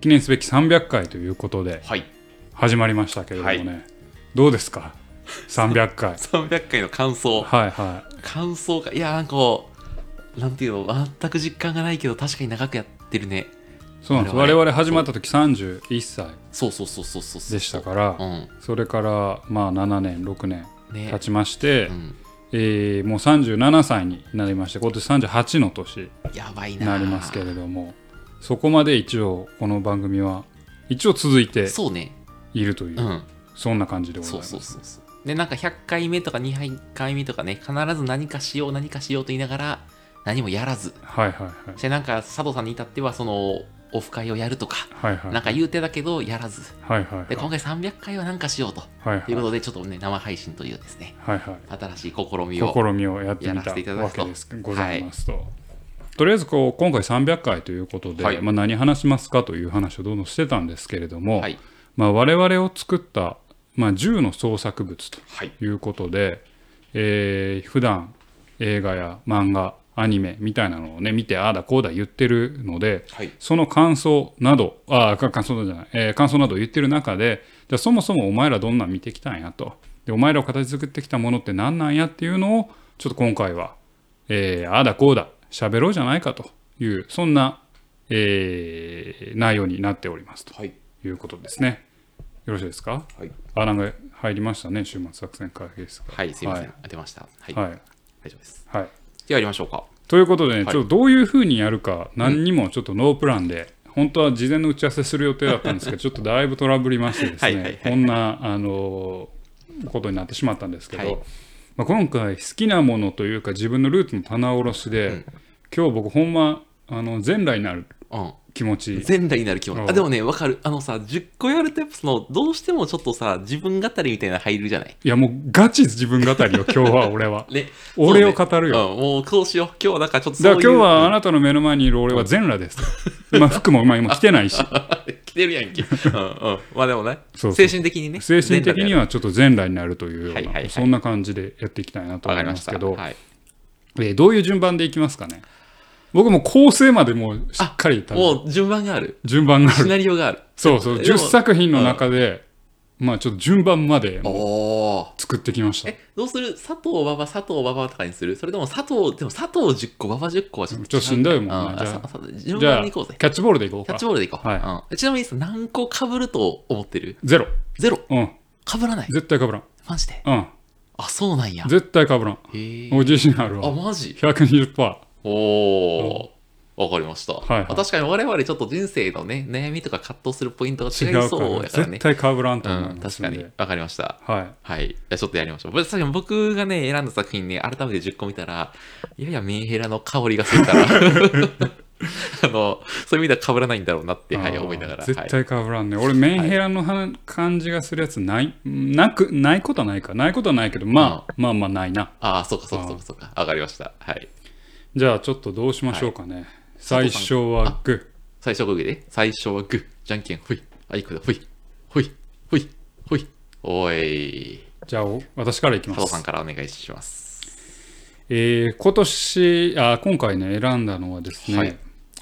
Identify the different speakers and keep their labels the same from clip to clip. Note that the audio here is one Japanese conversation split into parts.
Speaker 1: 記念すべき300回ということで
Speaker 2: はい
Speaker 1: 始まりましたけれどもね、
Speaker 2: は
Speaker 1: どうですか300回
Speaker 2: 300回の感想
Speaker 1: はいは
Speaker 2: 感想かいやなんかなんていうの全く実感がないけど確かに長くやってるね
Speaker 1: いそうなんです
Speaker 2: 我
Speaker 1: 我
Speaker 2: 々
Speaker 1: 々始まった時31歳
Speaker 2: そうそうそうそうそうそう
Speaker 1: でしたから
Speaker 2: うん
Speaker 1: それからまあ7年6年
Speaker 2: ね
Speaker 1: 経ちまして、
Speaker 2: うん、
Speaker 1: えーもう37歳になりまして今年38の年
Speaker 2: やばい
Speaker 1: に
Speaker 2: な
Speaker 1: なりますけれどもそこまで一応この番組は一応続いて
Speaker 2: そうね
Speaker 1: いるという、
Speaker 2: うん
Speaker 1: そんな感じでござい
Speaker 2: そ
Speaker 1: ま
Speaker 2: う
Speaker 1: す
Speaker 2: そうそうそうでなんか100回目とか200回目とかね必ず何かしよう何かしようと言いながら何もやらず
Speaker 1: はいはいはい
Speaker 2: そしてなんか佐藤さんに至ってはそのオフ会をやるとか
Speaker 1: はいはい
Speaker 2: なんか言うてたけどやらず
Speaker 1: はいはいはい
Speaker 2: で今回300回は何かしようと
Speaker 1: はい
Speaker 2: というこ
Speaker 1: はい
Speaker 2: とでちょっとね生配信というですね
Speaker 1: はいはい
Speaker 2: 新しい試みを
Speaker 1: 試みをやってみ
Speaker 2: やらせてい
Speaker 1: た
Speaker 2: ただ
Speaker 1: わ
Speaker 2: くと
Speaker 1: けですございますと。とりあえずこう今回300回ということで、
Speaker 2: はい
Speaker 1: まあ、何話しますかという話をどんどんしてたんですけれども、
Speaker 2: はい
Speaker 1: まあ、我々を作った、まあ、銃の創作物と
Speaker 2: はい
Speaker 1: いうことで、えー普段映画や漫画アニメみたいなのをね見てああだこうだ言ってるので
Speaker 2: はい
Speaker 1: その感想などあーか感想じゃない、えー感想などを言ってる中でじゃあそもそもお前らどんなん見てきたんやとでお前らを形作ってきたものって何なんやっていうのをちょっと今回は、えーああだこうだ喋ろうじゃないかというそんな、えー内容になっておりますと
Speaker 2: はい
Speaker 1: いうことですね。よろしいですか
Speaker 2: はい
Speaker 1: あなんか入りましたね週末作戦会議室が
Speaker 2: はいすいません、
Speaker 1: は
Speaker 2: 当てましたはい、
Speaker 1: はい、はい
Speaker 2: 大丈夫ですではやりましょうか
Speaker 1: ということでね、
Speaker 2: はい
Speaker 1: ちょっとどういうふうにやるか何にもちょっとノープランで、本当は事前の打ち合わせする予定だったんですけど ちょっとだいぶトラブりましてですね
Speaker 2: はいはいはい
Speaker 1: こんなあのことになってしまったんですけど、
Speaker 2: はい
Speaker 1: まあ、今回好きなものというか自分のルーツの棚卸しで、
Speaker 2: うん
Speaker 1: 今日僕ほんまあの前来になる
Speaker 2: うん
Speaker 1: 気持ち
Speaker 2: 前代になる気持
Speaker 1: う
Speaker 2: ち
Speaker 1: ん
Speaker 2: あでもねわかるあのさ10個やるとやっぱそのどうしてもちょっとさ自分語りみたいなの入るじゃない
Speaker 1: いやもうガチ自分語り を今日は俺は
Speaker 2: ね
Speaker 1: 俺を
Speaker 2: そうね
Speaker 1: 語るよ、
Speaker 2: うん、もうこうしよう今日はなんかちょっと
Speaker 1: だ
Speaker 2: そう
Speaker 1: か
Speaker 2: い
Speaker 1: ら
Speaker 2: う
Speaker 1: 今日はあなたの目の前にいる俺は全裸です。 まあ服もまあ今着てないし、
Speaker 2: うん 来てるやんけうん うんまあでもね
Speaker 1: そうそう
Speaker 2: 精神的にね
Speaker 1: 精神的に
Speaker 2: は
Speaker 1: はちょっと全裸になるというよう
Speaker 2: はいはいは
Speaker 1: な、
Speaker 2: い
Speaker 1: そんな感じでやっていきたいなと
Speaker 2: わ
Speaker 1: 思
Speaker 2: か
Speaker 1: い
Speaker 2: りま
Speaker 1: ま
Speaker 2: し
Speaker 1: す
Speaker 2: た
Speaker 1: けど、
Speaker 2: はい、
Speaker 1: えーどういう順番でいきますかね。僕も構成までもうしっかり多分
Speaker 2: もう順番がある
Speaker 1: 順番があ
Speaker 2: シ
Speaker 1: る。
Speaker 2: ナリオがある
Speaker 1: そうそう、
Speaker 2: で
Speaker 1: 10
Speaker 2: も
Speaker 1: 作品の中で、まあちょっと順番まで
Speaker 2: おおー
Speaker 1: 作ってきました。
Speaker 2: えどうする佐藤馬場佐藤馬場とかにするそれとも佐藤でも佐藤10個馬場10個はちょっと違う
Speaker 1: ちょっとしんどいもんな
Speaker 2: う
Speaker 1: じゃあ
Speaker 2: ささ順
Speaker 1: じゃ
Speaker 2: 番
Speaker 1: あ、
Speaker 2: に
Speaker 1: キ
Speaker 2: 行こ
Speaker 1: ャ
Speaker 2: うぜ
Speaker 1: ッチボールでいこう
Speaker 2: キャ
Speaker 1: か
Speaker 2: ッチ。ボールでいこう、
Speaker 1: は
Speaker 2: うんちなみにさ何個かぶると思ってる
Speaker 1: ゼロ。
Speaker 2: ゼロ
Speaker 1: うん。
Speaker 2: かぶらない
Speaker 1: 絶対かぶらん。
Speaker 2: マジで
Speaker 1: うん。
Speaker 2: あそうなんや
Speaker 1: 絶対かぶらん。
Speaker 2: へえ
Speaker 1: お自信ある
Speaker 2: あ
Speaker 1: わ。
Speaker 2: マジ
Speaker 1: 120%。
Speaker 2: おおわかりました、
Speaker 1: はいはい
Speaker 2: まあ確かに我々ちょっと人生のね悩みとか葛藤するポイントが
Speaker 1: 違
Speaker 2: 違
Speaker 1: う
Speaker 2: い
Speaker 1: から
Speaker 2: そうやからね
Speaker 1: 絶対かぶらんと思
Speaker 2: う
Speaker 1: い
Speaker 2: ん
Speaker 1: ま
Speaker 2: 確
Speaker 1: す
Speaker 2: か
Speaker 1: んで、
Speaker 2: にわかりました
Speaker 1: はい
Speaker 2: はい。じゃあちょっとやりましょう。僕確かに僕がね、選んだ作品ね、改めて10個見たら、ややメンヘラの香りがするから、あの、そういう意味では被らないんだろうなって、はい、
Speaker 1: あー
Speaker 2: 思いながら。
Speaker 1: 絶
Speaker 2: はい、
Speaker 1: 対かぶらんね、俺メンヘラのは、感じがするやつないなくないことはないかないことはないけど、まあ、まあまあないな
Speaker 2: ああ、そうかそうかそうかそうか。わかりました。はい。
Speaker 1: じゃあちょっとどうしましょうかね、最初はグ
Speaker 2: 最初はグーで、最初はグー、じゃんけん、ほい。あ、いい子だ、ほい。ほい。ほい。ほい。おい。
Speaker 1: ーじゃあお私からいきま
Speaker 2: 佐藤さん
Speaker 1: す、
Speaker 2: からお願いします。
Speaker 1: えー今年あ今回ね選んだのはですね、
Speaker 2: はい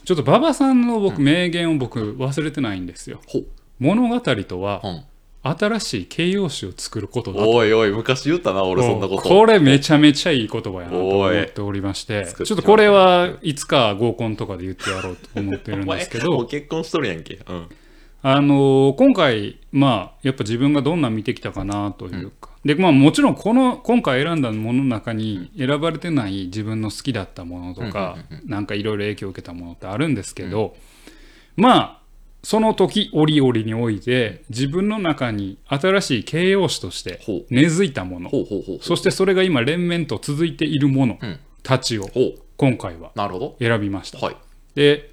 Speaker 1: ちょっと馬場さんの僕名言を僕忘れてないんですよ、
Speaker 2: ほう。
Speaker 1: 物語とは
Speaker 2: うん。
Speaker 1: 新しい形容詞を作ることだ
Speaker 2: おいおい、昔言ったな、俺、そんなこと。
Speaker 1: れめちゃめちゃいい言葉やなと思っておりまして
Speaker 2: おい
Speaker 1: ちょっとこれはいつか合コンとかで言ってやろうと思ってる
Speaker 2: お
Speaker 1: んで
Speaker 2: 前
Speaker 1: すけ、
Speaker 2: もう
Speaker 1: ど、
Speaker 2: 結婚しとるやんけ。うん。
Speaker 1: あの今回、まあ、やっぱ自分がどんな見てきたかなというか、でまあ、もちろんこの今回選んだものの中に選ばれてない自分の好きだったものとか、なんかいろいろ影響を受けたものってあるんですけど、まあその時折々において自分の中に新しい形容詞として
Speaker 2: ほう
Speaker 1: 根付いたもの
Speaker 2: ほうほうほうほう。
Speaker 1: そしてそれが今連綿と続いているもの
Speaker 2: うん
Speaker 1: たちを
Speaker 2: ほう。
Speaker 1: 今回は
Speaker 2: なるほ
Speaker 1: 選びました。
Speaker 2: ど。はい。
Speaker 1: で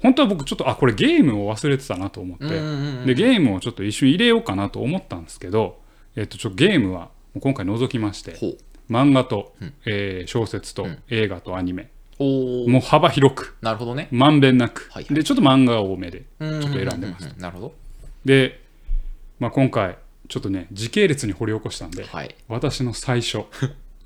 Speaker 1: 本当は僕ちょっとあこれゲームを忘れてたなと思って
Speaker 2: うんうんうんうん
Speaker 1: でゲームをちょっと一瞬入れようかなと思ったんですけど、えっと、ちょゲームはもう今回除きまして
Speaker 2: ほう。
Speaker 1: 漫画と、えー小説と、映画とアニメ
Speaker 2: おー
Speaker 1: もう幅広く
Speaker 2: なるほどね。
Speaker 1: まんべんなく、
Speaker 2: はいはい
Speaker 1: でちょっと漫画が多めで
Speaker 2: ちょ。
Speaker 1: っと選んでます
Speaker 2: なるほ
Speaker 1: で、まあ、今回ちょっとね時系列に掘り起こしたんで
Speaker 2: ど。はい。
Speaker 1: 私の最初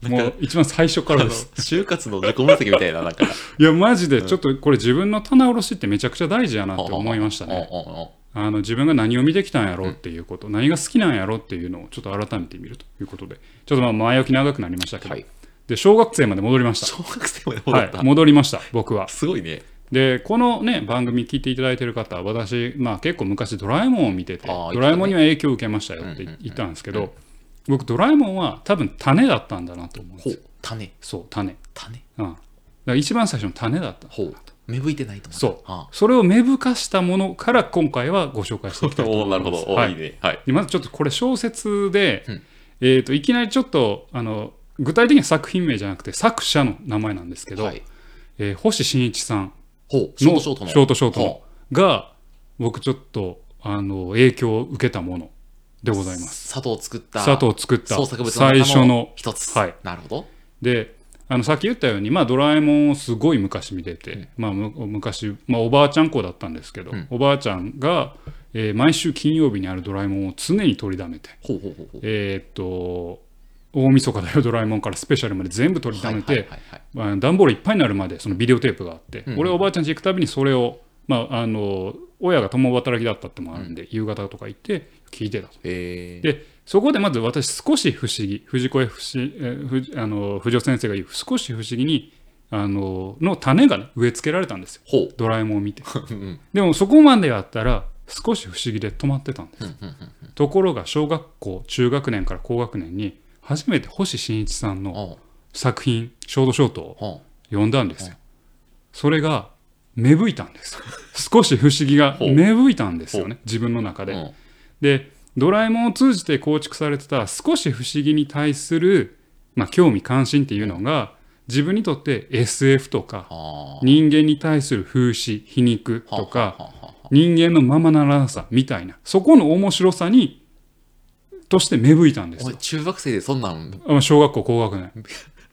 Speaker 1: もう一番最初からだ
Speaker 2: 就活の自己分析みたいな、 なんか。
Speaker 1: いやマジでちょっとこれ自分の棚卸しってめちゃくちゃ大事やなって思いましたね
Speaker 2: おうおうおう
Speaker 1: あの自分が何を見てきたんやろうっていうこと、何が好きなんやろうっていうのをちょっと改めて見るということでちょっとまあ前置き長くなりましたけど、
Speaker 2: はい
Speaker 1: で小学生まで戻りました
Speaker 2: 小学生まで戻った。
Speaker 1: はい、戻りました僕は
Speaker 2: すごいね。
Speaker 1: でこのね番組聞いていただいてる方私、まあ、結構昔ドラえもんを見てて、
Speaker 2: あー
Speaker 1: ドラえもんには影響を受けましたよって
Speaker 2: うんうんうん
Speaker 1: 言ったんですけど、僕ドラえもんは多分種だったんだなと思うんです
Speaker 2: ほ
Speaker 1: よ
Speaker 2: う。種。
Speaker 1: そう種、
Speaker 2: 種。
Speaker 1: うん、だから一番最初の種だった
Speaker 2: ほう。芽吹いてないと思
Speaker 1: そう
Speaker 2: あ
Speaker 1: それを芽吹かしたものから今回はご紹介していきたいと
Speaker 2: おお
Speaker 1: 思
Speaker 2: ないるほ
Speaker 1: ます
Speaker 2: ど。お
Speaker 1: はい
Speaker 2: いいね。はい。
Speaker 1: でまずちょっとこれ小説で、
Speaker 2: うん
Speaker 1: えー、といきなりちょっとあの具体的には作品名じゃなくて作者の名前なんですけど、
Speaker 2: はい
Speaker 1: えー星新一さん
Speaker 2: ほう。ショー
Speaker 1: の
Speaker 2: トショートの。
Speaker 1: ショートショートの
Speaker 2: ほ
Speaker 1: が僕ちょっとあの影響を受けたものでございます。
Speaker 2: う。佐藤を作った。
Speaker 1: 佐藤を作った
Speaker 2: 創作物の中
Speaker 1: 最初の
Speaker 2: 一つ。
Speaker 1: はい。
Speaker 2: なるほど。
Speaker 1: であのさっき言ったように、まあ、ドラえもんをすごい昔見てて、まあ、む昔、まあ、おばあちゃん子だったんですけど、
Speaker 2: うん
Speaker 1: おばあちゃんが、えー毎週金曜日にあるドラえもんを常に取りだめて、
Speaker 2: ほうほうほうほう。
Speaker 1: えーっと大晦日だよドラえもんからスペシャルまで全部取りだめて、
Speaker 2: はいはいはいはい
Speaker 1: まあ、段ボールいっぱいになるまでそのビデオテープがあって、
Speaker 2: うん
Speaker 1: 俺おばあちゃんち行くたびにそれを、まあ、あの親が共働きだったってのもあるんで、夕方とか行って聞いてたと
Speaker 2: えー。
Speaker 1: でそこでまず私少し不思議藤子 F 不思えーふじあの藤尾先生が言う少し不思議にあのの種がね、植え付けられたんですよ
Speaker 2: ほう。
Speaker 1: ドラえもんを見て
Speaker 2: うんうん
Speaker 1: でもそこまでやったら少し不思議で止まってたんです
Speaker 2: うんうんうん。
Speaker 1: ところが小学校中学年から高学年に初めて星新一さんの
Speaker 2: ほう
Speaker 1: 作品「ショートショート」を
Speaker 2: ほ
Speaker 1: 読んだんですよ。それが芽吹いたんです。少し不思議が
Speaker 2: ほう
Speaker 1: 芽吹いたんですよ
Speaker 2: ほ
Speaker 1: ね自分の中
Speaker 2: う。う
Speaker 1: で。
Speaker 2: ん
Speaker 1: でドラえもんを通じて構築されてた少し不思議に対する、まあ、興味関心っていうのが自分にとって SF とか
Speaker 2: あー
Speaker 1: 人間に対する風刺皮肉とか
Speaker 2: はははは
Speaker 1: 人間のままならなさみたいなそこの面白さにとして芽吹いたんです
Speaker 2: お前
Speaker 1: よ
Speaker 2: 中学生でそんなん
Speaker 1: あ小学校高学年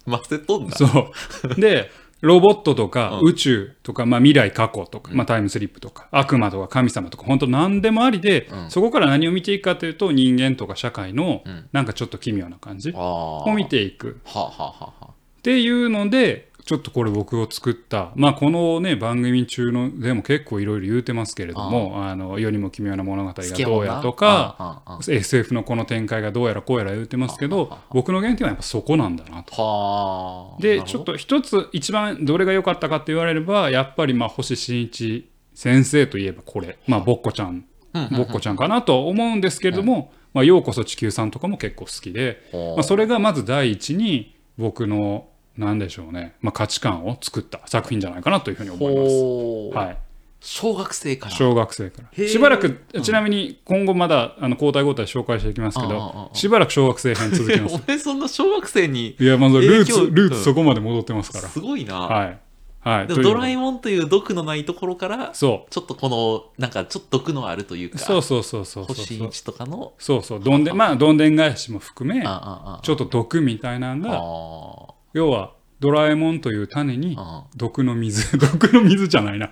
Speaker 2: マステとん だ
Speaker 1: そうでロボットとか
Speaker 2: うん
Speaker 1: 宇宙とか、まあ、未来過去とか、まあ、タイムスリップとか悪魔とか神様とか本当何でもありで、
Speaker 2: うん
Speaker 1: そこから何を見ていくかというと人間とか社会の
Speaker 2: うん
Speaker 1: なんかちょっと奇妙な感じ
Speaker 2: ああ
Speaker 1: を見ていく
Speaker 2: はあはあはあは
Speaker 1: っていうのでちょっとこれ僕を作った、まあ、この、ね、番組中のでも結構いろいろ言うてますけれどもあの世にも奇妙な物語が
Speaker 2: あ
Speaker 1: どうやとか
Speaker 2: ああああ
Speaker 1: SF のこの展開がどうやらこうやら言ってますけ
Speaker 2: ああ
Speaker 1: ど
Speaker 2: あ
Speaker 1: 僕の原点はやっぱそこなんだなと。
Speaker 2: はあ
Speaker 1: で
Speaker 2: なるほど
Speaker 1: ちょっと一つ一番どれが良かったかって言われればやっぱりまあ星新一先生といえばこれまあぼっこちゃん
Speaker 2: うんうん
Speaker 1: ぼっこちゃんかなと思うんですけれども「まあ、ようこそ地球さん」とかも結構好きで、
Speaker 2: ほう
Speaker 1: まあ、それがまず第一に僕のなんでしょうね、まあ、価値観を作った作品じゃないかなというふうに思います。
Speaker 2: ほう
Speaker 1: はい、
Speaker 2: 小学生から
Speaker 1: 小学生か
Speaker 2: へー
Speaker 1: らしばらくちなみに今後まだあの交代交代紹介していきますけ
Speaker 2: あああああ
Speaker 1: ど
Speaker 2: あ
Speaker 1: しばらく小学生編続 けます
Speaker 2: お前そんな小学生に
Speaker 1: いやまずルー
Speaker 2: 影響
Speaker 1: ツルー
Speaker 2: うん
Speaker 1: ツそこまで戻ってますから
Speaker 2: すごいな
Speaker 1: はいはい
Speaker 2: でもドラ
Speaker 1: も
Speaker 2: えもんという毒のないところからちょ
Speaker 1: そ
Speaker 2: っとこのなんかちょっと毒のあるという
Speaker 1: う
Speaker 2: か
Speaker 1: そうそうそうそうそう
Speaker 2: 星
Speaker 1: そう
Speaker 2: 一とかの
Speaker 1: そうそうどんでんまあどんでん返しも含め
Speaker 2: ああああ
Speaker 1: ちょっと毒みたいなのが
Speaker 2: あ
Speaker 1: 要はドラえもんという種に
Speaker 2: あ
Speaker 1: 毒の水 毒の水じゃないな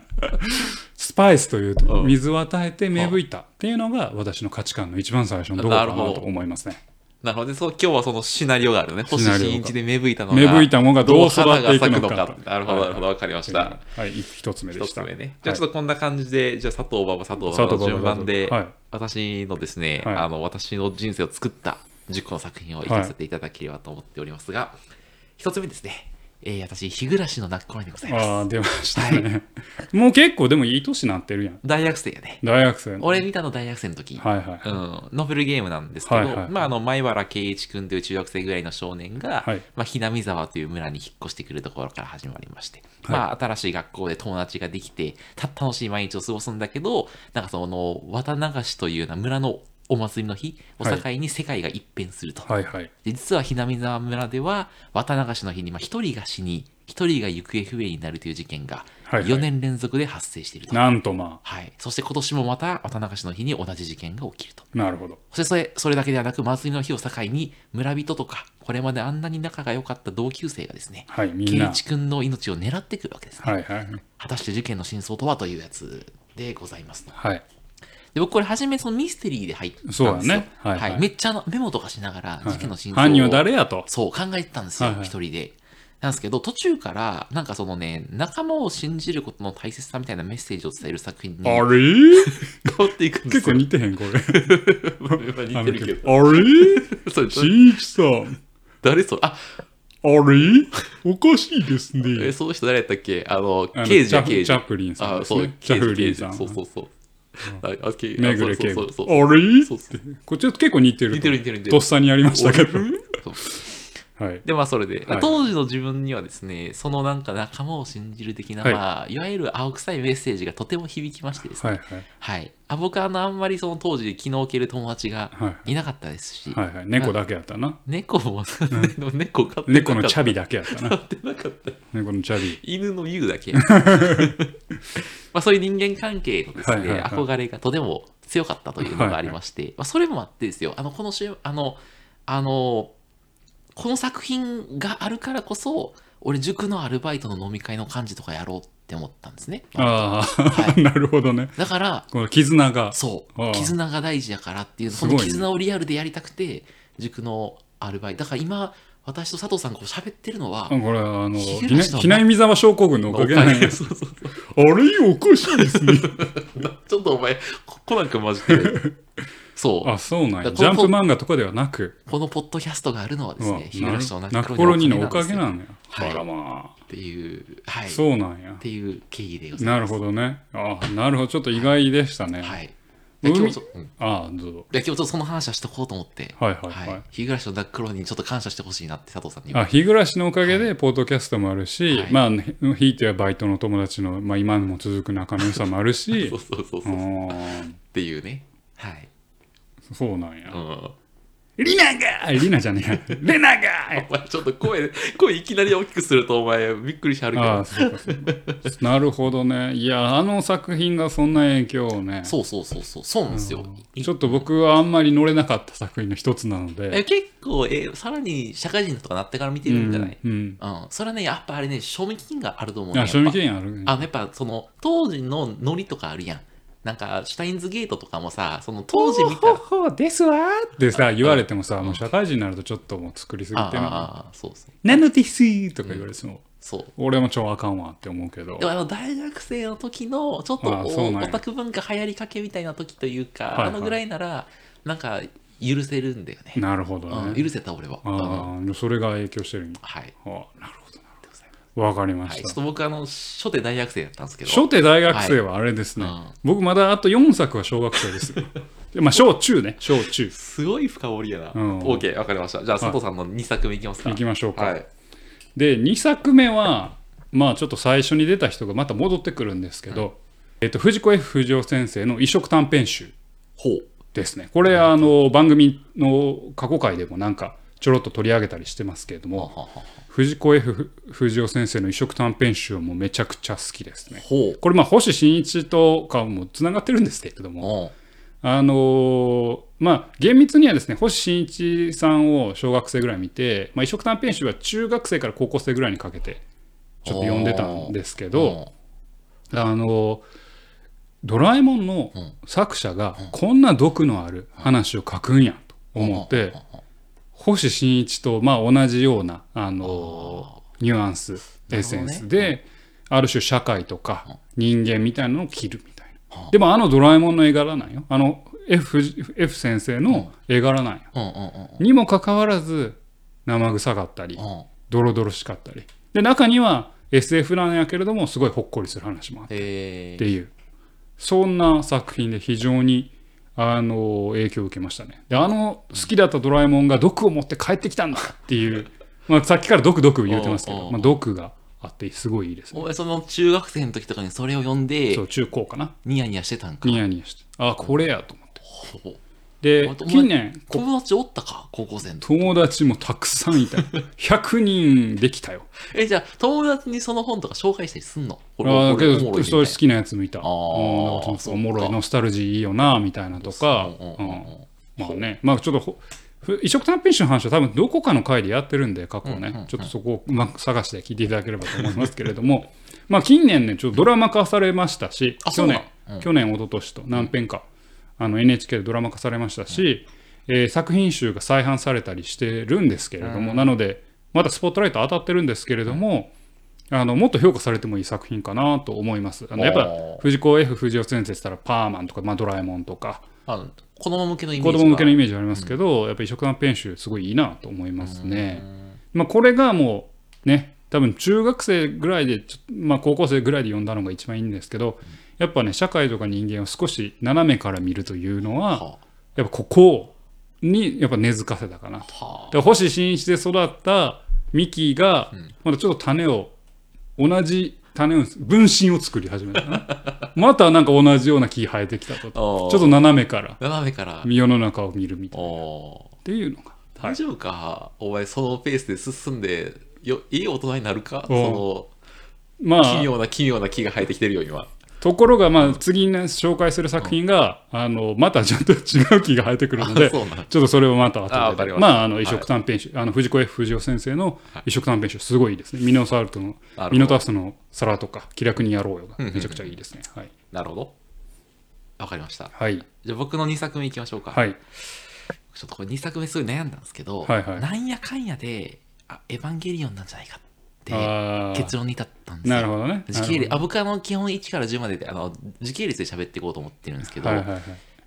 Speaker 1: スパイスという
Speaker 2: うん
Speaker 1: 水を与えて芽吹いたっていうのが私の価値観の一番最初のどこかな
Speaker 2: なるほ
Speaker 1: と
Speaker 2: ど
Speaker 1: 思いますね
Speaker 2: なるほどねそう今日はそのシナリオがあるね
Speaker 1: シ
Speaker 2: 星
Speaker 1: ナリオが
Speaker 2: 新一で芽吹いたのが
Speaker 1: 芽吹いたものがどう育っていくの
Speaker 2: どう花が
Speaker 1: か
Speaker 2: 咲くのなるほどなるほどわかりました
Speaker 1: はい一つ目で
Speaker 2: 一
Speaker 1: し
Speaker 2: つ
Speaker 1: た
Speaker 2: 目ね。じ
Speaker 1: は
Speaker 2: ゃあ
Speaker 1: い
Speaker 2: ちょっとこんな感じで、じゃあ佐藤馬場佐藤
Speaker 1: 佐
Speaker 2: 馬場
Speaker 1: 藤
Speaker 2: の順番で、
Speaker 1: 馬場
Speaker 2: 私のですね、
Speaker 1: はい
Speaker 2: あの、私の人生を作った10個の作品を行かせていただければと思っておりますが、一、つ目ですね。えー、私、日暮らしの泣く頃にござい
Speaker 1: あ
Speaker 2: ま
Speaker 1: あ
Speaker 2: す。
Speaker 1: 出ましたね もう結構でもいい年になってるやん
Speaker 2: 大学生やね。
Speaker 1: 大学生の
Speaker 2: 俺見たの大学生の時。
Speaker 1: はいはい
Speaker 2: うん、ノベルゲームなんですけど、
Speaker 1: はいはい
Speaker 2: まあ、あの前原圭一君という中学生ぐらいの少年が、
Speaker 1: はい
Speaker 2: まあ、ひなみ沢という村に引っ越してくるところから始まりまして、
Speaker 1: はい
Speaker 2: まあ、新しい学校で友達ができてた楽しい毎日を過ごすんだけどなんかその綿流しというような村のお祭りの日を境に世界が一変すると、
Speaker 1: はいはい
Speaker 2: で実はひなみ沢村では綿流しの日にまあ一人が死に一人が行方不明になるという事件が
Speaker 1: はいはい
Speaker 2: 4年連続で発生していると、はい
Speaker 1: なんとま
Speaker 2: そして今年もまた綿流しの日に同じ事件が起きると。
Speaker 1: あなるほど
Speaker 2: そしてそれそれだけではなく祭りの日を境に村人とかこれまであんなに仲が良かった同級生がですね
Speaker 1: はいみん
Speaker 2: 圭
Speaker 1: な
Speaker 2: 一君の命を狙ってくるわけですね
Speaker 1: はいはい
Speaker 2: 果たして事件の真相とはというやつでございますと
Speaker 1: はい
Speaker 2: で僕これ初めそのミステリーで入ったんです
Speaker 1: そう
Speaker 2: よ。
Speaker 1: だね。は
Speaker 2: はい
Speaker 1: い、はい。
Speaker 2: めっちゃあのメモとかしながら
Speaker 1: はい
Speaker 2: 事件の真相を、
Speaker 1: 犯人は誰やと。
Speaker 2: そう考えてたんですよ、
Speaker 1: はいはい
Speaker 2: 一人で。なんですけど途中からなんかそのね仲間を信じることの大切さみたいなメッセージを伝える作品に
Speaker 1: あれ
Speaker 2: 変 わっていくん
Speaker 1: 結
Speaker 2: です
Speaker 1: 構
Speaker 2: よ。
Speaker 1: 似てへん、これ。
Speaker 2: 結構似てるけど。
Speaker 1: あれ
Speaker 2: それ
Speaker 1: しんいちさん。
Speaker 2: 誰それあ
Speaker 1: あれおかしいです
Speaker 2: え
Speaker 1: ね。
Speaker 2: その人誰やったっけあの
Speaker 1: あの
Speaker 2: 刑事
Speaker 1: チャ
Speaker 2: や
Speaker 1: フ
Speaker 2: 刑事。
Speaker 1: チャップリンさん
Speaker 2: あ
Speaker 1: ですね
Speaker 2: そう
Speaker 1: チ
Speaker 2: 刑
Speaker 1: ャ
Speaker 2: 事
Speaker 1: フリ
Speaker 2: 刑
Speaker 1: ンさん
Speaker 2: 事。そうそうそう。ああ刑
Speaker 1: めぐる
Speaker 2: あ
Speaker 1: 警
Speaker 2: そ
Speaker 1: 部
Speaker 2: うそうそう。
Speaker 1: あれ
Speaker 2: そうそう
Speaker 1: こっちは結構似てると。
Speaker 2: 似てる似てる似てる
Speaker 1: とっさにやりましたけ ど。
Speaker 2: そう
Speaker 1: はい。
Speaker 2: でまあそれで、
Speaker 1: はい
Speaker 2: 当時の自分にはですねそのなんか仲間を信じる的な、
Speaker 1: はい
Speaker 2: まあ、いわゆる青臭いメッセージがとても響きましてですね、
Speaker 1: はいはい。
Speaker 2: はいあ僕はあのあんまりその当時気の置ける友達が
Speaker 1: はい
Speaker 2: なかったですし、
Speaker 1: はいはい。猫だけやったな。
Speaker 2: 猫もでも 猫飼ってな
Speaker 1: 猫
Speaker 2: かっ
Speaker 1: のチ
Speaker 2: た
Speaker 1: ャビだけやったな。
Speaker 2: 飼って なかった
Speaker 1: 猫のチャビ。
Speaker 2: 犬の優だ けまあそういう人間関係のですね、
Speaker 1: はいはいはい
Speaker 2: 憧れがとても強かったというのがありまして、まあ、それもあってですよあのこの週あのあのこの作品があるからこそ俺塾のアルバイトの飲み会の幹事とかやろうって思ったんですね
Speaker 1: あ
Speaker 2: は
Speaker 1: あ、 なるほどね。
Speaker 2: だから
Speaker 1: この絆が。
Speaker 2: そ
Speaker 1: ああ
Speaker 2: う絆が大事やからっていう
Speaker 1: す
Speaker 2: そ
Speaker 1: ごいね
Speaker 2: の絆をリアルでやりたくて塾のアルバイトだから今私と佐藤さんがこう喋ってるのは、
Speaker 1: これはあの、
Speaker 2: ひ
Speaker 1: ひ
Speaker 2: げ
Speaker 1: な
Speaker 2: 出した
Speaker 1: ひなみざわ症候群のおかげなんや。
Speaker 2: そうそうそう
Speaker 1: あれおかしいですね。
Speaker 2: ちょっとお前、こコナン君マジで。 そう。
Speaker 1: あ、そうなんや。
Speaker 2: だ
Speaker 1: ジ
Speaker 2: か
Speaker 1: ャ
Speaker 2: らこ
Speaker 1: ン
Speaker 2: の
Speaker 1: プ漫画とかではなく。
Speaker 2: このポッドキャストがあるのはです
Speaker 1: うわ
Speaker 2: ね、日暮
Speaker 1: な
Speaker 2: と
Speaker 1: る
Speaker 2: ナ
Speaker 1: 中
Speaker 2: ッ
Speaker 1: コロ
Speaker 2: ロ
Speaker 1: ニ
Speaker 2: ニ
Speaker 1: の
Speaker 2: の
Speaker 1: おかげな
Speaker 2: っ
Speaker 1: んや。あ
Speaker 2: はい
Speaker 1: らまあ。
Speaker 2: ていう、はい。っ
Speaker 1: そうなんや。
Speaker 2: ていう経緯でござい
Speaker 1: な
Speaker 2: ま
Speaker 1: るほどね。あなるほど。ちょっと意外でしたね。
Speaker 2: す。はい。で
Speaker 1: 海
Speaker 2: 今日ちょ、うん、で
Speaker 1: ああ、どうぞ。
Speaker 2: 今日ちょっとその話はしとこうと思って、
Speaker 1: はいはいはい。
Speaker 2: はい。日暮とナックロニにちょっと感謝してほしいなって佐藤さんに言
Speaker 1: あ
Speaker 2: う。
Speaker 1: 日暮らしのおかげでポッドキャストもあるし、
Speaker 2: はい
Speaker 1: まあねひいてはバイトの友達の、まあ、今も続く仲の良さもあるし
Speaker 2: そうそうそう
Speaker 1: う
Speaker 2: そう。っ
Speaker 1: ーん
Speaker 2: ていうね。はい。
Speaker 1: そうなんや、
Speaker 2: うん。お
Speaker 1: リナがリナじゃねえやレナが
Speaker 2: 前ちょっと声、声いきなり大きくするとお前びっくりしはるけ
Speaker 1: ああ
Speaker 2: ど。
Speaker 1: そうかそうかなるほどねいやあの作品がそんな影響をね
Speaker 2: そうそうそうそう。そうなんですよ。い
Speaker 1: ちょっと僕はあんまり乗れなかった作品の一つなの
Speaker 2: え
Speaker 1: で
Speaker 2: 結構えさらに社会人とかなってから見てるんじゃない、
Speaker 1: うんうん
Speaker 2: うんそれはねやっぱあれね賞味期限があると思うねや
Speaker 1: あ
Speaker 2: っぱ
Speaker 1: 賞味期限あるね
Speaker 2: あのやっぱその当時のノリとかあるやんなんかシュタインズゲートとかもさその当時見た
Speaker 1: ほほほですわーってさ言われてもさもう社会人になるとちょっともう作りすぎ
Speaker 2: あ
Speaker 1: てるな
Speaker 2: あそうそう
Speaker 1: なのですーとか言われても、
Speaker 2: そう
Speaker 1: 俺も超あかんわって思うけど
Speaker 2: でもあの大学生の時のちょっと
Speaker 1: ああそう
Speaker 2: お
Speaker 1: なんや
Speaker 2: オタク文化流行りかけみたいな時というか、
Speaker 1: はいはい
Speaker 2: あのぐらいならなんか許せるんだよね
Speaker 1: なるほど
Speaker 2: うん、
Speaker 1: ね、
Speaker 2: 許せた俺は、
Speaker 1: あ
Speaker 2: うん
Speaker 1: あそれが影響してるんや
Speaker 2: はい
Speaker 1: ああなるほどな
Speaker 2: でございます
Speaker 1: わかりま
Speaker 2: はい
Speaker 1: し、
Speaker 2: ちょったと僕あの初手大学生だったんですけど
Speaker 1: 初手大学生はあれですね、
Speaker 2: はいうん
Speaker 1: 僕まだあと4作は小学生ですよでまあ小中ね小中
Speaker 2: すごい深掘りやな。
Speaker 1: うん
Speaker 2: オーケー、わかりました。じゃあ、佐藤さんの2作目いきますか。
Speaker 1: いきましょうか、
Speaker 2: はい。
Speaker 1: で2作目はまあちょっと最初に出た人がまた戻ってくるんですけど、えっと藤子 F 不二雄先生の「異色短編集」
Speaker 2: ほう。
Speaker 1: ですねこれあの番組の過去回でもなんかちょろっと取り上げたりしてますけれども、
Speaker 2: ははは
Speaker 1: 藤子 F 不二雄先生の異色短編集もめちゃくちゃ好きですね。
Speaker 2: ほう。
Speaker 1: これまあ星新一とかもつながってるんですけれども、
Speaker 2: おう
Speaker 1: あのーまあ厳密にはですね星新一さんを小学生ぐらい見て、まあ、異色短編集は中学生から高校生ぐらいにかけてちょっと読んでたんですけど、あのードラえもんの
Speaker 2: うん
Speaker 1: 作者がこんな毒のある話を書くんやと
Speaker 2: うん
Speaker 1: 思って、
Speaker 2: うんうん
Speaker 1: 星新一とまあ同じような、あのニュアンス、エ
Speaker 2: る
Speaker 1: ッ
Speaker 2: ほど
Speaker 1: セ
Speaker 2: ね
Speaker 1: ンスで、ある種社会とか人間みたいなのを切るみたいな、
Speaker 2: うん
Speaker 1: でもあのドラえもんの絵柄なんよあの F, F 先生の絵柄なんよ、
Speaker 2: うんうんうん
Speaker 1: にもかかわらず生臭かったり
Speaker 2: うん。
Speaker 1: ドロドロしかったりで中には SF なんやけれどもすごいほっこりする話もあるっ
Speaker 2: えー
Speaker 1: ていうそんな作品で非常にあの影響を受けましたねであの好きだったドラえもんが毒を持って帰ってきたんだっていうまあさっきから毒毒言うてますけ
Speaker 2: おうお
Speaker 1: ど、
Speaker 2: う
Speaker 1: まあ、毒があってすごいいいです
Speaker 2: お
Speaker 1: ね
Speaker 2: 前、その中学生の時とかにそれを読んで
Speaker 1: そ、う中高かな
Speaker 2: ニヤニヤしてたんか。
Speaker 1: ニヤニヤしてあこれやと思って
Speaker 2: ほう
Speaker 1: で
Speaker 2: あとお前
Speaker 1: 近年こ
Speaker 2: 友達おったか高校生の時。
Speaker 1: 友達もたくさんいた100人できたよ
Speaker 2: え、じゃあ、友達にその本とか紹介したりすんのこれ
Speaker 1: あ
Speaker 2: こ
Speaker 1: け
Speaker 2: れおもろい
Speaker 1: ど
Speaker 2: ね
Speaker 1: そういう好きなやつもいたうん
Speaker 2: あー
Speaker 1: なんか
Speaker 2: そっ
Speaker 1: お
Speaker 2: か
Speaker 1: もろいノスタルジーいいよなみたいなとか
Speaker 2: うん
Speaker 1: う
Speaker 2: うんうんんうん
Speaker 1: まあね、まあちょっとほ、ふ移植短編集の話は多分どこかの回でやってるんで、過去をね、
Speaker 2: うんうんうん
Speaker 1: ちょっとそこをうまく探して聞いていただければと思いますけれども、 まあ近年ね、ちょっとドラマ化されましたし
Speaker 2: あ、
Speaker 1: 去
Speaker 2: そう
Speaker 1: 年
Speaker 2: な、んうん
Speaker 1: 去年、一昨年と何編か、あの NHK でドラマ化されましたし、えー作品集が再販されたりしてるんですけれども、なのでまだスポットライト当たってるんですけれども、あのもっと評価されてもいい作品かなと思います。あのやっぱ
Speaker 2: おー
Speaker 1: 藤子 F 不二雄先生って言ったらパーマンとか、まあ、ドラえもんとか
Speaker 2: あの子供向けのイメー
Speaker 1: 子
Speaker 2: ジ
Speaker 1: 供向けのイ
Speaker 2: メ
Speaker 1: メージありますけど、やっぱり異色短編集すごいいいなと思いますね。
Speaker 2: ー
Speaker 1: まあ、これがもうね多分中学生ぐらいでちょ、まあ、高校生ぐらいで読んだのが一番いいんですけどやっぱね社会とか人間を少し斜めから見るというのは
Speaker 2: は
Speaker 1: やっぱここにやっぱ根付かせたかな
Speaker 2: あは
Speaker 1: だから星新一で育ったミキがまだちょっと種を同じ種を分身を作り始めた なまたなんか同じような木生えてきたとち
Speaker 2: あ
Speaker 1: ょ
Speaker 2: ー
Speaker 1: っと斜めから
Speaker 2: あ斜めから
Speaker 1: 世の中を見るみたいなっ
Speaker 2: おー
Speaker 1: ていうのが、は
Speaker 2: 大
Speaker 1: い、
Speaker 2: 丈夫か、お前そのペースで進んでよいい大人になるか
Speaker 1: うん
Speaker 2: そ
Speaker 1: ま
Speaker 2: の
Speaker 1: あ
Speaker 2: 奇妙な奇妙な木が生えてきてるよ今
Speaker 1: ところがまあ次にね紹介する作品が、あのまたちょっと違う木が生えてくるので
Speaker 2: あそうなん
Speaker 1: ちょっとそれをまた後で
Speaker 2: あわかりました
Speaker 1: まああの異色短編集、あの藤子 F 不二雄先生の異色短編集すごいいいですねミノサウルトの
Speaker 2: なるほど
Speaker 1: ミノタウスの皿とか気楽にやろうよがめちゃくちゃいいですねはい
Speaker 2: なるほどわかりました
Speaker 1: はい
Speaker 2: じゃあ僕の2作目いきましょうか、
Speaker 1: はい
Speaker 2: ちょっとこれ2作目すごい悩んだんですけど、
Speaker 1: はいはい
Speaker 2: なんやかんやであエヴァンゲリオンなんじゃないかって
Speaker 1: あー
Speaker 2: 結論に至ったんですよ
Speaker 1: なるほどね
Speaker 2: 時系
Speaker 1: なる
Speaker 2: 列あ僕はあの基本1から10までであの時系列で喋っていこうと思ってるんですけ
Speaker 1: ほ
Speaker 2: ど、
Speaker 1: どはいはいはい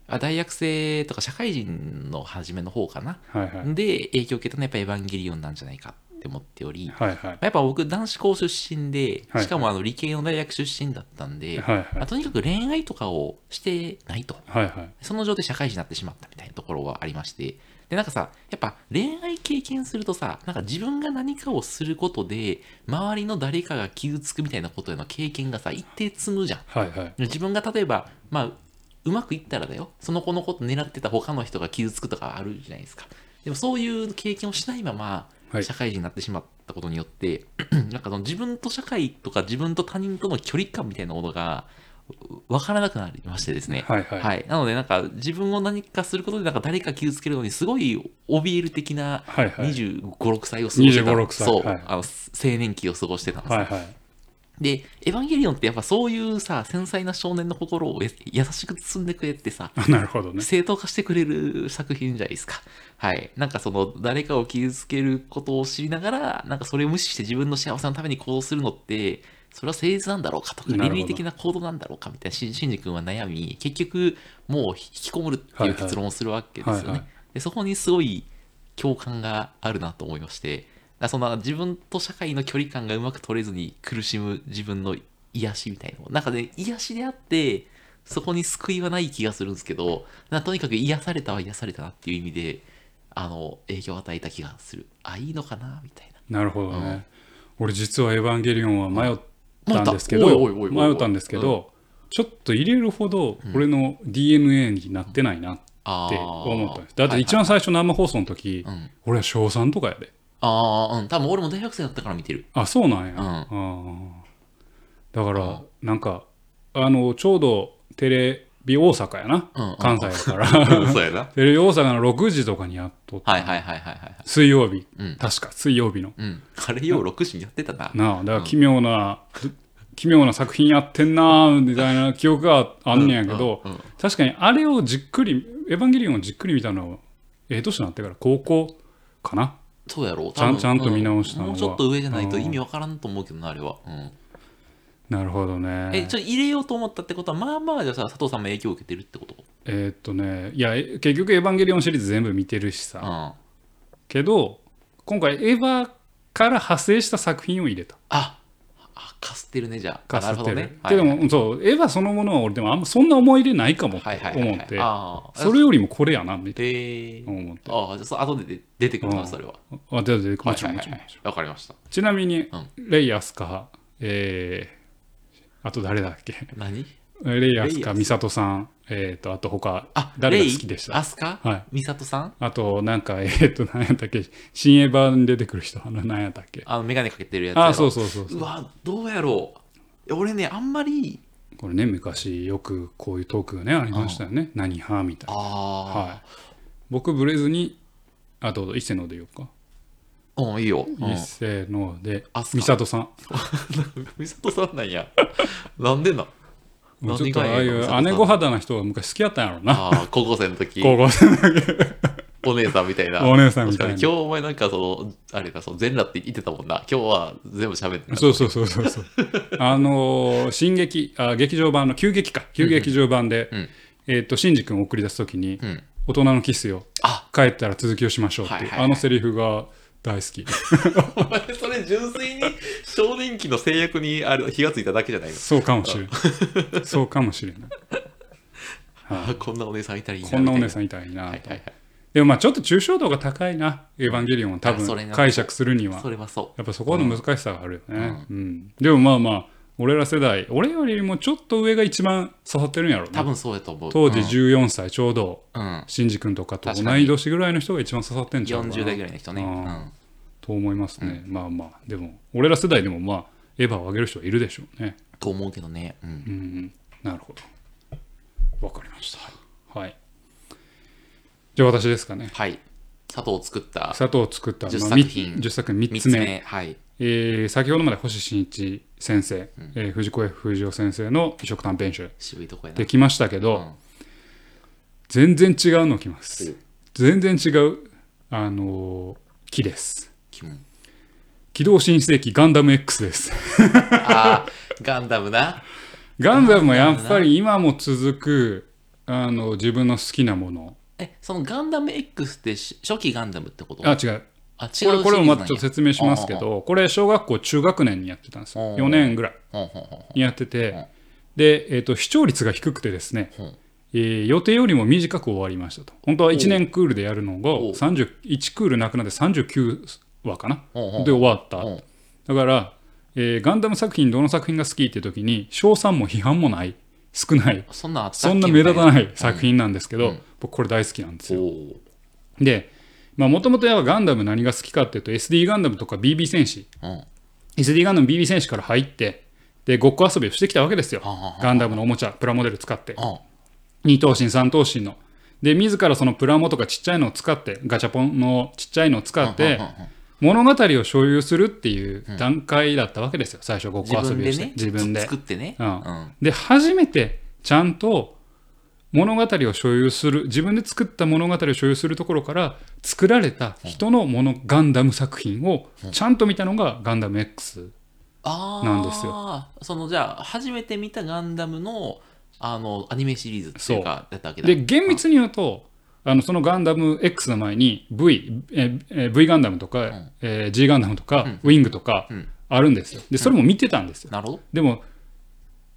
Speaker 2: あ大学生とか社会人の初めの方かな、
Speaker 1: はいはい
Speaker 2: で影響を受けたのはやっぱエヴァンゲリオンなんじゃないかって思っており、ま
Speaker 1: はいはい
Speaker 2: あやっぱ僕男子校出身で
Speaker 1: はい
Speaker 2: しかもあの理系の大学出身だったんで、
Speaker 1: はいはい
Speaker 2: まあとにかく恋愛とかをしてないと
Speaker 1: はいはい
Speaker 2: その状態で社会人になってしまったみたいなところはありましてでなんかさやっぱ恋愛経験するとさなんか自分が何かをすることで周りの誰かが傷つくみたいなことへの経験がさ一定積むじゃん
Speaker 1: はいはい
Speaker 2: 自分が例えば、まあ、うまくいったらだよその子のこと狙ってた他の人が傷つくとかあるじゃないですかでもそういう経験をしないまま
Speaker 1: はい
Speaker 2: 社会人になってしまったことによって、 なんかその自分と社会とか自分と他人との距離感みたいなものがう分からなくなりましてですね
Speaker 1: はいはい
Speaker 2: なのでなんか自分を何かすることでなんか誰か傷つけるのにすごい怯える的な
Speaker 1: はいはい
Speaker 2: 2 5 6歳を過ごしてた、
Speaker 1: 25 6歳
Speaker 2: そう、
Speaker 1: はい
Speaker 2: あの青年期を過ごしてたんですよ
Speaker 1: はいはい
Speaker 2: で、エヴァンゲリオンってやっぱそういうさ、繊細な少年の心をや優しく包んでくれってさ、
Speaker 1: あなるほどね
Speaker 2: 正当化してくれる作品じゃないですか。はい。なんかその、誰かを傷つけることを知りながら、なんかそれを無視して自分の幸せのために行動するのって、それは誠実なんだろうかとか、
Speaker 1: なるほ
Speaker 2: 倫
Speaker 1: ど
Speaker 2: 理的な行動なんだろうかみたいな、ししんじ君は悩み、結局、もう引きこもるっていう結論をするわけですよね。
Speaker 1: はいはいはいはい
Speaker 2: でそこにすごい共感があるなと思いまして、だからその自分と社会の距離感がうまく取れずに苦しむ自分の癒しみたいなの。なんかね、癒しであって、そこに救いはない気がするんですけど、なんかとにかく癒されたは癒されたなっていう意味で、あの、影響を与えた気がする。あ、いいのかなみたいな。
Speaker 1: なるほどね、俺実は「エヴァンゲリオン」は迷ったんですけ
Speaker 2: 迷った
Speaker 1: ど
Speaker 2: おいおいおいおいおい
Speaker 1: 迷ったんですけど、ちょっと入れるほど俺の DNA になってないなって
Speaker 2: あー
Speaker 1: 思ったんです、だって一
Speaker 2: はいは
Speaker 1: 番
Speaker 2: い
Speaker 1: 最初生放送の時、
Speaker 2: ん
Speaker 1: 俺は小3とかやで
Speaker 2: ああ、うん。多分俺も大学生だったから見 てる。
Speaker 1: あそうなんや、
Speaker 2: うん
Speaker 1: あーだからなんかあのちょうどテレビ大阪やな、
Speaker 2: うんうん
Speaker 1: 関西やから
Speaker 2: そうやな。
Speaker 1: テレビ大阪の6時とかにやっとった
Speaker 2: はいはいはいはいはいはい。
Speaker 1: 水曜日、
Speaker 2: うん
Speaker 1: 確か水曜日の
Speaker 2: うん。あれよう6時にやってたな。
Speaker 1: なあだから奇妙な、奇妙な作品やってんなあみたいな記憶があんねんやけど、
Speaker 2: うんうんうん
Speaker 1: 確かにあれをじっくり「エヴァンゲリオン」をじっくり見たのはええ年になってから高校かな
Speaker 2: そうやろ
Speaker 1: ちゃん
Speaker 2: 多分
Speaker 1: ちゃんと見直したのは
Speaker 2: もうちょっと上じゃないと意味わからんと思うけどな、あれは。うん。
Speaker 1: なるほどね
Speaker 2: え、ちょ、入れようと思ったってことは、まあまあじゃあさ、佐藤さんも影響を受けてるってこと
Speaker 1: えーっとねいやえ結局「エヴァンゲリオン」シリーズ全部見てるし
Speaker 2: う
Speaker 1: さ、
Speaker 2: ん。あ、
Speaker 1: けど今回エヴァから派生した作品を入れた
Speaker 2: あ、かすってるね、じゃあ。あ
Speaker 1: かすってる、
Speaker 2: なるほ
Speaker 1: け
Speaker 2: ど
Speaker 1: ど
Speaker 2: ね。
Speaker 1: も、そうエヴァそのものは俺でもあんまそんな思い入れないかもって
Speaker 2: はいはいはいはい
Speaker 1: 思
Speaker 2: はい。
Speaker 1: って
Speaker 2: ああ、
Speaker 1: それよりもこれやなみたい
Speaker 2: え
Speaker 1: な思って
Speaker 2: ああ、じゃあそう、後で出出てくるな、それは。
Speaker 1: あででもちろんも
Speaker 2: はい
Speaker 1: ちろん
Speaker 2: はいは
Speaker 1: も
Speaker 2: い
Speaker 1: ちろん
Speaker 2: わかりました。
Speaker 1: ちなみに、
Speaker 2: うん
Speaker 1: レイ・アスカ、えー、あと誰だっけ
Speaker 2: 何
Speaker 1: レイ・アスカ、
Speaker 2: レイアスカ
Speaker 1: ミサトさん、えー、とあと他
Speaker 2: あ、
Speaker 1: 誰が
Speaker 2: レイ
Speaker 1: 好きでし
Speaker 2: ア
Speaker 1: た
Speaker 2: スカ
Speaker 1: はい
Speaker 2: ミサトさん
Speaker 1: あと、なんか、えっ、 ー、と、何やったっけ、新エヴァに出てくる人、あの、何やったっけ。
Speaker 2: あの、メガネかけてるやつやろ。
Speaker 1: あ、そうそうそうそうう。
Speaker 2: わ、どうやろう。俺ね、あんまり、
Speaker 1: これね、昔、よくこういうトークがね、ありましたよね。何派みたいな。
Speaker 2: あ
Speaker 1: はい。僕、ブレずに、あと、伊勢ので言おうか。
Speaker 2: あ、うん、いいよ。うん
Speaker 1: 伊勢ので
Speaker 2: アス、カ
Speaker 1: ミサトさん。
Speaker 2: 美里さんなんや。なんでな。
Speaker 1: もうちょっとああい
Speaker 2: 何がええの
Speaker 1: う姉御肌な人が昔好きやったんやろな。
Speaker 2: ああ、高校生の時、
Speaker 1: 高校生の
Speaker 2: お姉さんみたいな。
Speaker 1: お姉さんみたいな
Speaker 2: 確かに、今日お前なんかその、あれだ、その全裸って言ってたもんな。今日は全部喋ってた。
Speaker 1: そうそうそうそう そう。あのー進撃あ劇場版の急劇か急劇場版で、
Speaker 2: うん
Speaker 1: えっ、とシンジ君を送り出すときに、
Speaker 2: うん。
Speaker 1: 大人のキスよ
Speaker 2: あ、
Speaker 1: 帰ったら続きをしましょうっていう、
Speaker 2: はいはいはい
Speaker 1: あのセリフが大好き。
Speaker 2: お前それ純粋に少年期の制約にある火がついただけじゃないの。
Speaker 1: そうかもしれ ない。そうかもしれない。
Speaker 2: あこんなお姉さんいたらいいな
Speaker 1: こんなお姉
Speaker 2: ん。
Speaker 1: さんいたらいいなと。
Speaker 2: はいはいはい。
Speaker 1: でもまあちょっと抽象度が高いな、エヴァンゲリオンは多
Speaker 2: あそれ
Speaker 1: 分
Speaker 2: な
Speaker 1: 解釈するには。
Speaker 2: それはそ
Speaker 1: やっぱそこの難しさがあるよね。うんでもまあまあ、俺ら世代、俺よりもちょっと上が一番刺さってるんやろ
Speaker 2: う。
Speaker 1: な
Speaker 2: 多。分そうやと思う。
Speaker 1: 当時14歳ちょうど、
Speaker 2: うん。うん
Speaker 1: シンジ君とかと
Speaker 2: 確
Speaker 1: 同
Speaker 2: かに
Speaker 1: い年ぐらいの人が一番刺さってんじゃん。
Speaker 2: 40代ぐらいの人ね。
Speaker 1: うん
Speaker 2: うん
Speaker 1: と思いますね。まあまあ、でも、俺ら世代でもまあ、エヴァを上げる人はいるでしょうね。
Speaker 2: と思うけどね。うん
Speaker 1: うんうん、なるほど。わかりました。はい。じゃあ私ですかね。
Speaker 2: はい。佐藤を作った
Speaker 1: 佐藤作った、
Speaker 2: 10
Speaker 1: まあ
Speaker 2: 作品
Speaker 1: み10作品
Speaker 2: 3
Speaker 1: 3つ
Speaker 2: つ
Speaker 1: 目。
Speaker 2: 目。はい。
Speaker 1: えー先ほどまで星新一先生、えー藤子 F 不二雄先生の移植短編集
Speaker 2: 渋いとこやな
Speaker 1: で。きましたけど、
Speaker 2: うん
Speaker 1: 全然違うのきます、
Speaker 2: うん
Speaker 1: 全然違うあのー木です
Speaker 2: キモン
Speaker 1: 機動新世紀ガンダム X です
Speaker 2: ああ、ガンダムな。
Speaker 1: ガンダムもやっぱり今も続くあの自分の好きなもの
Speaker 2: え、そのガンダム X ってし初期ガンダムってこと
Speaker 1: あ違う
Speaker 2: あ、違うシリ
Speaker 1: こ
Speaker 2: ーズなん
Speaker 1: れ
Speaker 2: や。
Speaker 1: これもまたちょっと説明しますけどこれ小学校中学年にやってたんです
Speaker 2: うんう
Speaker 1: よ4
Speaker 2: ん
Speaker 1: 年ぐらい
Speaker 2: ほんほんほんほん。
Speaker 1: にやってて、
Speaker 2: ん
Speaker 1: で、えー、と視聴率が低くてですね、
Speaker 2: うん
Speaker 1: えー予定よりも短く終わりましたと本当は1年クールでやるのが
Speaker 2: おう
Speaker 1: 31クールなくなって39話かな
Speaker 2: うんうん
Speaker 1: で終わった
Speaker 2: うん
Speaker 1: だから、えーガンダム作品どの作品が好きって時に賞賛も批判もない少ない
Speaker 2: そんなんあったっ。
Speaker 1: そんな目立たないい作品なんですけど、
Speaker 2: うん
Speaker 1: 僕これ大好きなんです
Speaker 2: お
Speaker 1: よ
Speaker 2: ー
Speaker 1: でもともとガンダム何が好きかっていうと SD ガンダムとか BB 戦士
Speaker 2: うん。は
Speaker 1: SD ガンダム BB 戦士から入ってでごっこ遊びをしてきたわけですよ
Speaker 2: あは
Speaker 1: ガンダムのおもちゃプラモデル使って
Speaker 2: あはあ
Speaker 1: 2等身3等身ので自らそのプラモとかちっちゃいのを使ってガチャポンのちっちゃいのを使って
Speaker 2: うんうんうんうん
Speaker 1: 物語を所有するっていう段階だったわけですよ最初ごっこ
Speaker 2: 自
Speaker 1: 遊
Speaker 2: 分
Speaker 1: びを
Speaker 2: で
Speaker 1: して
Speaker 2: ね。
Speaker 1: 自分で
Speaker 2: 作ってね。
Speaker 1: う
Speaker 2: うんん。
Speaker 1: で初めてちゃんと物語を所有する自分で作った物語を所有するところから作られた人のものガンダム作品をちゃんと見たのがガンダム X
Speaker 2: ああ。
Speaker 1: なんです
Speaker 2: そのじゃあ、初めて見たガンダムの、あの、アニメシリーズっていうか、だったわけだ。
Speaker 1: で厳密に言うと、あのそのガンダム X の前に V, ええ v ガンダムとか、えー G ガンダムとか、ウィングとか
Speaker 2: ん
Speaker 1: あるんですよでそれも見てたんですよ、
Speaker 2: なるほど。
Speaker 1: でも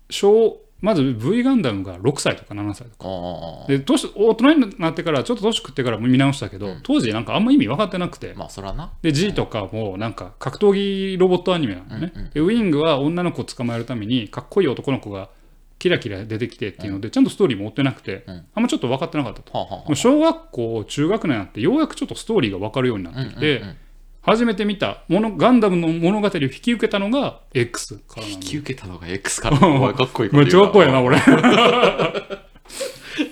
Speaker 1: 小まず V ガンダムが6歳とか7歳とか
Speaker 2: あ
Speaker 1: で年大人になってからちょっと年食ってから見直したけど、当時なんかあんま意味分かってなくて
Speaker 2: あ。まあ、そらな。
Speaker 1: で G とかもなんか格闘技ロボットアニメなのね、でウィングは女の子を捕まえるためにかっこいい男の子がキラキラ出てきてっていうので、ちゃんとストーリーも追ってなくて、
Speaker 2: うん
Speaker 1: あんまちょっと分かってなかったと。
Speaker 2: はあはあはあ
Speaker 1: もう小学校中学年になってようやくちょっとストーリーが分かるようになってきて、
Speaker 2: うんうんうん
Speaker 1: 初めて見たものガンダムの物語を引き受けたのが X からなん
Speaker 2: 引
Speaker 1: で
Speaker 2: き受けたのが X から。お前かっこいい
Speaker 1: めっちゃかっこいいな
Speaker 2: 俺。
Speaker 1: 俺、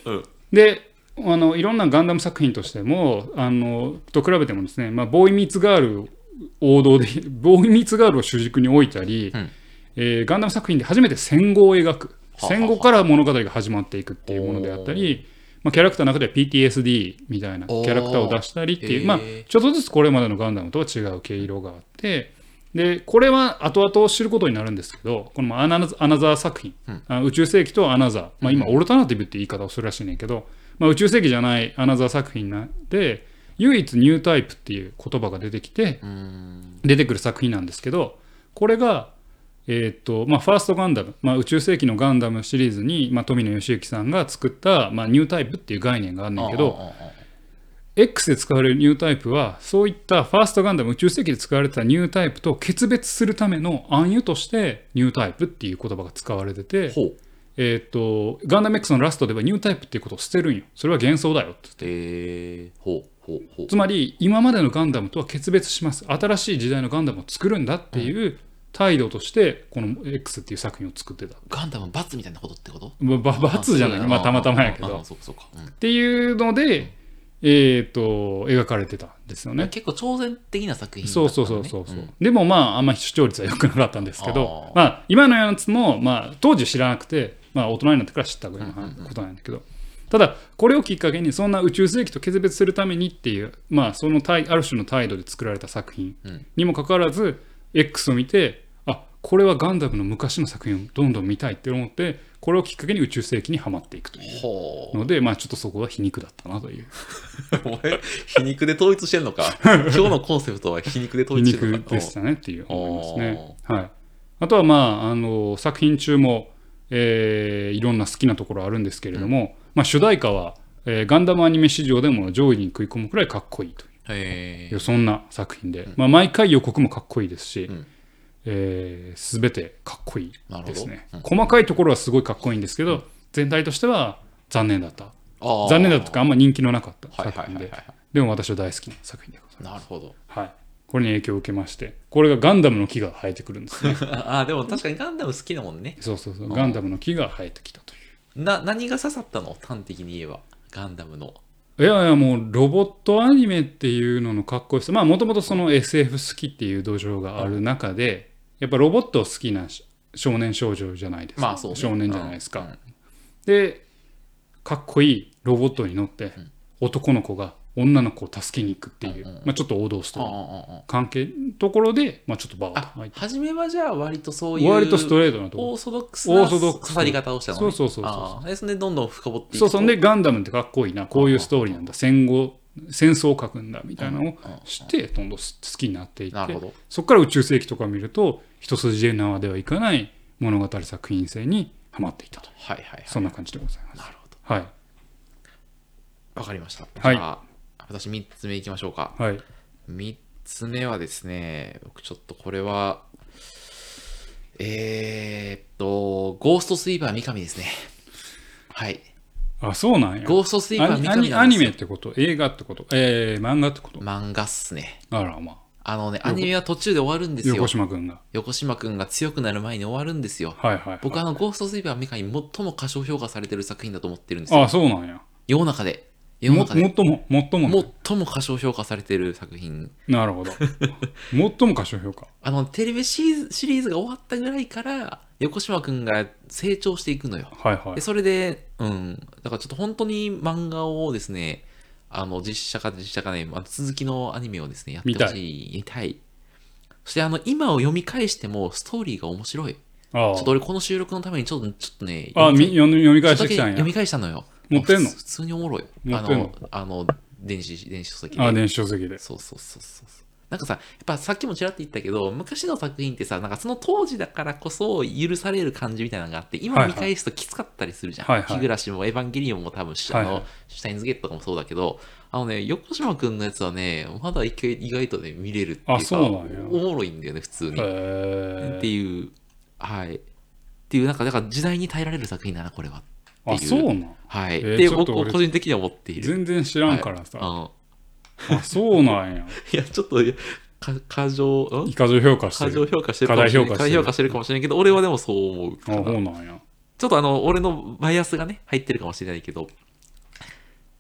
Speaker 2: うん
Speaker 1: であのいろんなガンダム作品としてもあのと比べてもですね、まあ、ボーイ・ミーツ・ガール王道で ボーイ・ミーツ・ガールを主軸に置いたり、
Speaker 2: うん
Speaker 1: えーガンダム作品で初めて戦後を描く
Speaker 2: はあはあ
Speaker 1: 戦後から物語が始まっていくっていうものであったり、まあ、キャラクターの中では PTSD みたいなキ
Speaker 2: おー
Speaker 1: ャラクターを出したりってい
Speaker 2: へ
Speaker 1: う、
Speaker 2: ー
Speaker 1: まあ、ちょっとずつこれまでのガンダムとは違う毛色があってでこれは後々知ることになるんですけどこのアナアナザー作品、
Speaker 2: うん
Speaker 1: あ宇宙世紀とアナザー、まあ、今オルタナティブって言い方をするらしいねんけど、まあ、宇宙世紀じゃないアナザー作品なんで唯一ニュータイプっていう言葉が出てきて
Speaker 2: うーん。
Speaker 1: 出てくる作品なんですけどこれが、えーっとまあ、ファーストガンダム、まあ、宇宙世紀のガンダムシリーズに、まあ、富野義行さんが作った、まあ、ニュータイプっていう概念があるんだけど
Speaker 2: ああ、ああああ
Speaker 1: X で使われるニュータイプはそういったファーストガンダム宇宙世紀で使われてたニュータイプと決別するための暗喩としてニュータイプっていう言葉が使われてて、
Speaker 2: ほう。
Speaker 1: えーっとガンダム X のラストではニュータイプっていうことを捨てるんよそれは幻想だよって
Speaker 2: えー、ほう、ほう、ほう。
Speaker 1: つまり今までのガンダムとは決別します新しい時代のガンダムを作るんだっていう態度としてこの X っていう作品を作ってた
Speaker 2: ガンダム罰みたいなことってこと
Speaker 1: まば罰じゃない
Speaker 2: あ
Speaker 1: まあたまたまやけ
Speaker 2: ああ
Speaker 1: ど
Speaker 2: あそうかそうか、うん
Speaker 1: っていうのでえーっと描かれてたんですよね
Speaker 2: 結構超然的な作品だった
Speaker 1: そ
Speaker 2: の
Speaker 1: う
Speaker 2: ね
Speaker 1: そうそうそうそう、
Speaker 2: ん
Speaker 1: でもまああんま視聴率は良くなかったんですけど
Speaker 2: あー
Speaker 1: まあ、今のやつも、まあ、当時知らなくてまあ、大人になってから知ったぐらいのことなんだけど、ただこれをきっかけにそんな宇宙世紀と決別するためにっていう、まあ、その態ある種の態度で作られた作品
Speaker 2: うん
Speaker 1: にもかかわらず X を見てあこれはガンダムの昔の作品をどんどん見たいって思ってこれをきっかけに宇宙世紀にはまっていくという
Speaker 2: ほ
Speaker 1: ので、まあ、ちょっとそこは皮肉だったなという
Speaker 2: う。お前、皮肉で統一してん のか。今日のコンセプトは皮肉で統
Speaker 1: 皮
Speaker 2: 一してんの
Speaker 1: 肉
Speaker 2: か。
Speaker 1: で
Speaker 2: おう
Speaker 1: したねっていう思いますね。はい、あとは、まあ、あの作品中も、えーいろんな好きなところあるんですけれども、まあ、主題歌は、えーガンダムアニメ史上でも上位に食い込むくらいかっこいいと
Speaker 2: へ
Speaker 1: い
Speaker 2: え
Speaker 1: う。そんな作品で、まあ、毎回予告もかっこいいですし、
Speaker 2: うん
Speaker 1: えー全てかっこいいです
Speaker 2: なる
Speaker 1: ね
Speaker 2: ほど、
Speaker 1: 細かいところはすごいかっこいいんですけど、全体としては残念だった
Speaker 2: あー
Speaker 1: 残念だったとかあんま人気のなかった
Speaker 2: はい
Speaker 1: 作
Speaker 2: はい
Speaker 1: 品
Speaker 2: はい
Speaker 1: で
Speaker 2: は
Speaker 1: でも私は大好きな作品でございます
Speaker 2: い。なるほど。
Speaker 1: はい、これに影響を受けましてこれがガンダムの木が生えてくるんです ね
Speaker 2: ああ、でも確かにガンダム好きだもんね。
Speaker 1: そうそうそうガンダムの木が生えてきたとい
Speaker 2: な、何が刺さったの端的に言えば。ガンダムの。
Speaker 1: ういやいやもうロボットアニメっていうののかっこよさまあもともとその SF 好きっていう土壌がある中でやっぱロボットを好きなし少年少女じゃないですか、
Speaker 2: まあそうね
Speaker 1: 少年じゃないですか、
Speaker 2: うんうん
Speaker 1: でかっこいいロボットに乗って男の子が女の子を助けに行くっていう、
Speaker 2: うんうん
Speaker 1: まあ、ちょっと王道ストーリー
Speaker 2: あ
Speaker 1: 関係ところで、まあ、ちょっとバーッと
Speaker 2: あ
Speaker 1: 入って
Speaker 2: 初めはじゃあ割とそういう
Speaker 1: 割とストレートなところ
Speaker 2: オーソドックス
Speaker 1: オ
Speaker 2: な
Speaker 1: ーソドックス
Speaker 2: 刺さり方をしたのね
Speaker 1: そうそうそうそう
Speaker 2: ああでそれでどんどん深掘っていくと
Speaker 1: そうそうでガンダムってかっこいいなこういうストーリーなんだ戦後戦争を書くんだみたいなのをしてどんどん好きになっていっ
Speaker 2: なる
Speaker 1: て
Speaker 2: ほど
Speaker 1: そこから宇宙世紀とか見ると一筋縄ではいかない物語作品性にはまっていたと
Speaker 2: はいはいはい
Speaker 1: そんな感じでございます
Speaker 2: なるほど
Speaker 1: はい
Speaker 2: わかりました
Speaker 1: はい
Speaker 2: じゃあ私3つ目いきましょうか
Speaker 1: はい
Speaker 2: 3つ目はですね僕ちょっとこれはえー、っとゴーストスイーパー三上ですねはい
Speaker 1: あそうなんや
Speaker 2: ゴーストスイーパ
Speaker 1: ア
Speaker 2: ー三
Speaker 1: ニ
Speaker 2: 上な
Speaker 1: ア
Speaker 2: んで
Speaker 1: ニ
Speaker 2: すよ
Speaker 1: アニメってこと映画ってことえー、漫画ってこと
Speaker 2: 漫画っすね
Speaker 1: あらまあ
Speaker 2: あのねアニメは途中で終わるんですよ
Speaker 1: 横島君が
Speaker 2: 横島くんが強くなる前に終わるんですよ
Speaker 1: はいはい、はい、
Speaker 2: 僕あの、ゴーストスイーパーミカに最も過小評価されてる作品だと思ってるんですよ。
Speaker 1: あそうなんや
Speaker 2: 世の中で。世の
Speaker 1: も
Speaker 2: 中
Speaker 1: も
Speaker 2: で。
Speaker 1: っとももっとも
Speaker 2: 最も過小評価されてる作品。
Speaker 1: なるほどもっとも過小評価
Speaker 2: あの、テレビシリーズシリーズが終わったぐらいから、横島くんが成長していくのよ。
Speaker 1: はいはい
Speaker 2: で、それで、うん。だからちょっと本当に漫画をですね、あの、実写化実写化ね、まあ、続きのアニメをですね、やってほしい。見たい。そしてあの、今を読み返しても、ストーリーが面白い。ち
Speaker 1: あ
Speaker 2: ょ
Speaker 1: あ
Speaker 2: っと俺この収録のためにちょっと、ちょっとね、
Speaker 1: あみ読み読み
Speaker 2: ちょ
Speaker 1: 返
Speaker 2: っ
Speaker 1: して
Speaker 2: とだ
Speaker 1: き
Speaker 2: け
Speaker 1: たんや
Speaker 2: 読み返したのよ。
Speaker 1: 持ってんの
Speaker 2: あふ普通におもろいよ。
Speaker 1: 持
Speaker 2: あ
Speaker 1: ってん
Speaker 2: の
Speaker 1: の、
Speaker 2: あの、電子、電子書籍で。
Speaker 1: あ電子書籍で
Speaker 2: そうそうそうそう。なんかさ、やっぱさっきもちらっと言ったけど、昔の作品ってさ、なんかその当時だからこそ許される感じみたいなのがあって、
Speaker 1: は
Speaker 2: 今
Speaker 1: いは
Speaker 2: 見
Speaker 1: い
Speaker 2: 返すときつかったりするじゃん。
Speaker 1: はいはい
Speaker 2: 日暮らしもエヴァンゲリオンも多分、し
Speaker 1: はい
Speaker 2: あ
Speaker 1: はい
Speaker 2: の、シュタインズゲットとかもそうだけど、あのね、横島くんのやつはね、まだ一回意外とね、見れるっていうか、
Speaker 1: あそうなんや
Speaker 2: おもろいんだよね、普通に。っ
Speaker 1: へ
Speaker 2: て
Speaker 1: え
Speaker 2: いう、はい。っていう、なんか、だから時代に耐えられる作品だな、これは。ってい
Speaker 1: あそうなん
Speaker 2: はい。
Speaker 1: えーち
Speaker 2: で、
Speaker 1: ょっ
Speaker 2: 僕
Speaker 1: と
Speaker 2: 個
Speaker 1: 俺
Speaker 2: 人的には思っている。
Speaker 1: 全然知らんからさ、
Speaker 2: うん
Speaker 1: あそうなん や
Speaker 2: いや、ちょっと、いやか過剰、ん
Speaker 1: いかず評価して
Speaker 2: 過
Speaker 1: る
Speaker 2: 剰評価してるかもしれない。
Speaker 1: 過大評価してる
Speaker 2: 過大評価してるかもしれないけど、俺はでもそう思うか
Speaker 1: あそう
Speaker 2: な。
Speaker 1: なんや
Speaker 2: ちょっとあの、俺のバイアスがね、入ってるかもしれないけど。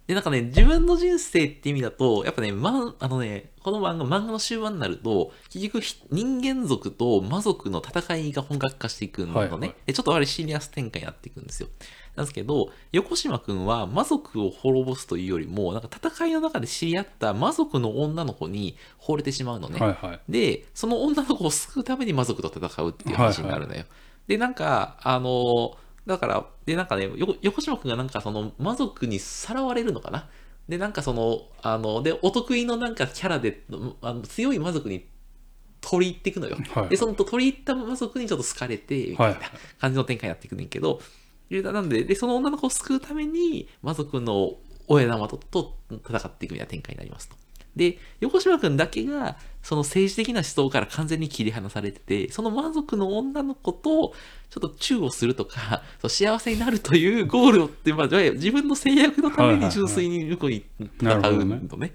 Speaker 2: で、なんかね、自分の人生って意味だと、やっぱね、ま、あのね、この漫画、漫画の終盤になると、結局ひ、人間族と魔族の戦いが本格化していくのね。
Speaker 1: はいはい
Speaker 2: でちょっとあれシリアス展開になっていくんですよ。なんですけど、横島くんは魔族を滅ぼすというよりも、なんか戦いの中で知り合った魔族の女の子に惚れてしまうのね。
Speaker 1: はいはい
Speaker 2: で、その女の子を救うために魔族と戦うっていう話になるのよ。で、なんか、あのーだから、で、なんかね、よ横島くんがなんかその魔族にさらわれるのかなで、なんかその、あの、で、お得意のなんかキャラで、あの強い魔族に取り入っていくのよ。
Speaker 1: はい
Speaker 2: で、その取り入った魔族にちょっと好かれて、みた
Speaker 1: はいい
Speaker 2: な感じの展開になっていくねんけど、でなんで、で、その女の子を救うために、魔族の親玉とと戦っていくみたいな展開になりますと。で、横島くんだけが、その政治的な思想から完全に切り離されてて、その魔族の女の子と、ちょっとチューをするとか、そう幸せになるというゴールをって、まあ、いわゆる自分の制約のために純粋に向こうに戦
Speaker 1: なるほど
Speaker 2: うの
Speaker 1: ね
Speaker 2: ね。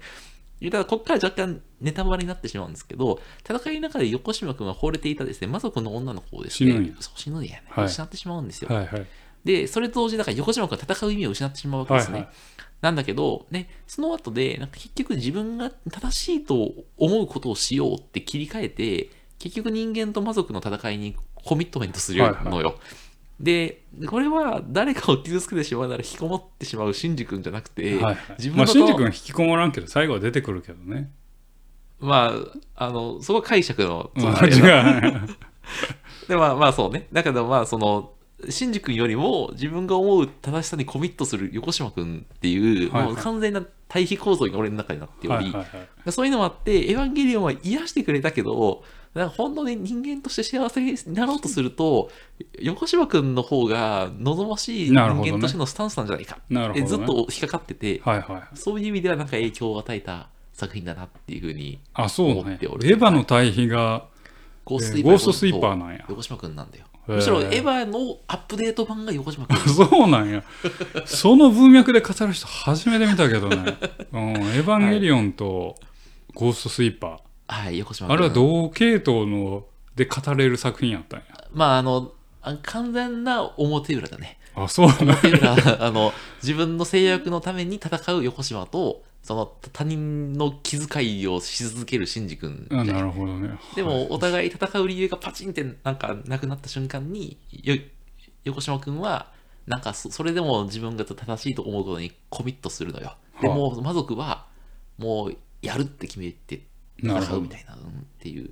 Speaker 2: だからここから若干ネタバレになってしまうんですけど、戦いの中で横島君は惚れていたですね、魔族の女の子をですね、
Speaker 1: 死ぬんや
Speaker 2: そう死ぬんやね、
Speaker 1: はい
Speaker 2: 失ってしまうんですよ。
Speaker 1: はいはい
Speaker 2: で、それと同時に、だから横島君は戦う意味を失ってしまうわけですね。
Speaker 1: はいはい
Speaker 2: なんだけど、ね、その後で、なんか結局自分が正しいと思うことをしようって切り替えて、結局人間と魔族の戦いにコミットメントするのよ。で、これは誰かを傷つけてしまうなら引きこもってしまうシンジ君じゃなくて、
Speaker 1: はいはい、
Speaker 2: 自分
Speaker 1: ま
Speaker 2: の
Speaker 1: あ、
Speaker 2: と
Speaker 1: シンジ君は引きこもらんけど、最後は出てくるけどね。
Speaker 2: まあ、あの、そこは解釈の、そ
Speaker 1: ま
Speaker 2: の
Speaker 1: あ
Speaker 2: あれだ
Speaker 1: 違う。
Speaker 2: でまあまあそうね。だけどまあその、シンジ君よりも自分が思う正しさにコミットする横島君っていう、
Speaker 1: はいはい
Speaker 2: もう完全な対比構造に俺の中になってお
Speaker 1: はい
Speaker 2: り、
Speaker 1: はいはい
Speaker 2: そういうのもあって、エヴァンゲリオンは癒してくれたけど、なんか本当に人間として幸せになろうとすると、横島君の方が望ましい人
Speaker 1: なるほどね
Speaker 2: 間としてのスタンスなんじゃないかって、
Speaker 1: なるほどね
Speaker 2: ずっと引っかかってて、
Speaker 1: はいはい。
Speaker 2: そういう意味ではなんか影響を与えた作品だなっていうふうに、
Speaker 1: あ、そう
Speaker 2: 思っ
Speaker 1: ね
Speaker 2: てお。る
Speaker 1: レバの対比が、
Speaker 2: ゴ
Speaker 1: えーゴーストスイーパーなんや
Speaker 2: 横島君なんだよ。
Speaker 1: へー
Speaker 2: むしろエヴァのアップデート版が横島君
Speaker 1: あ そうなんや。その文脈で語る人初めて見たけど ね。うん、エヴァンゲリオンとゴーストスイーパー。
Speaker 2: はい、横島君。
Speaker 1: あれは同系統ので語れる作品やったんや。
Speaker 2: まあ、あの、あ完全な表裏だね。
Speaker 1: あ、そうなんや。
Speaker 2: 表裏、 あの、自分の制約のために戦う横島と、その他人の気遣いをし続けるシンジ君じゃ
Speaker 1: あ
Speaker 2: ん
Speaker 1: なるほどね。
Speaker 2: で
Speaker 1: はい
Speaker 2: も、お互い戦う理由がパチンってなんかなくなった瞬間に、よ横島君は、なんかそそれでも自分が正しいと思うことにコミットするのよ。で
Speaker 1: はあ
Speaker 2: もう魔族は、もうやるって決めて
Speaker 1: なる
Speaker 2: 戦
Speaker 1: ほ
Speaker 2: う
Speaker 1: ど
Speaker 2: みたいな、うんっていう。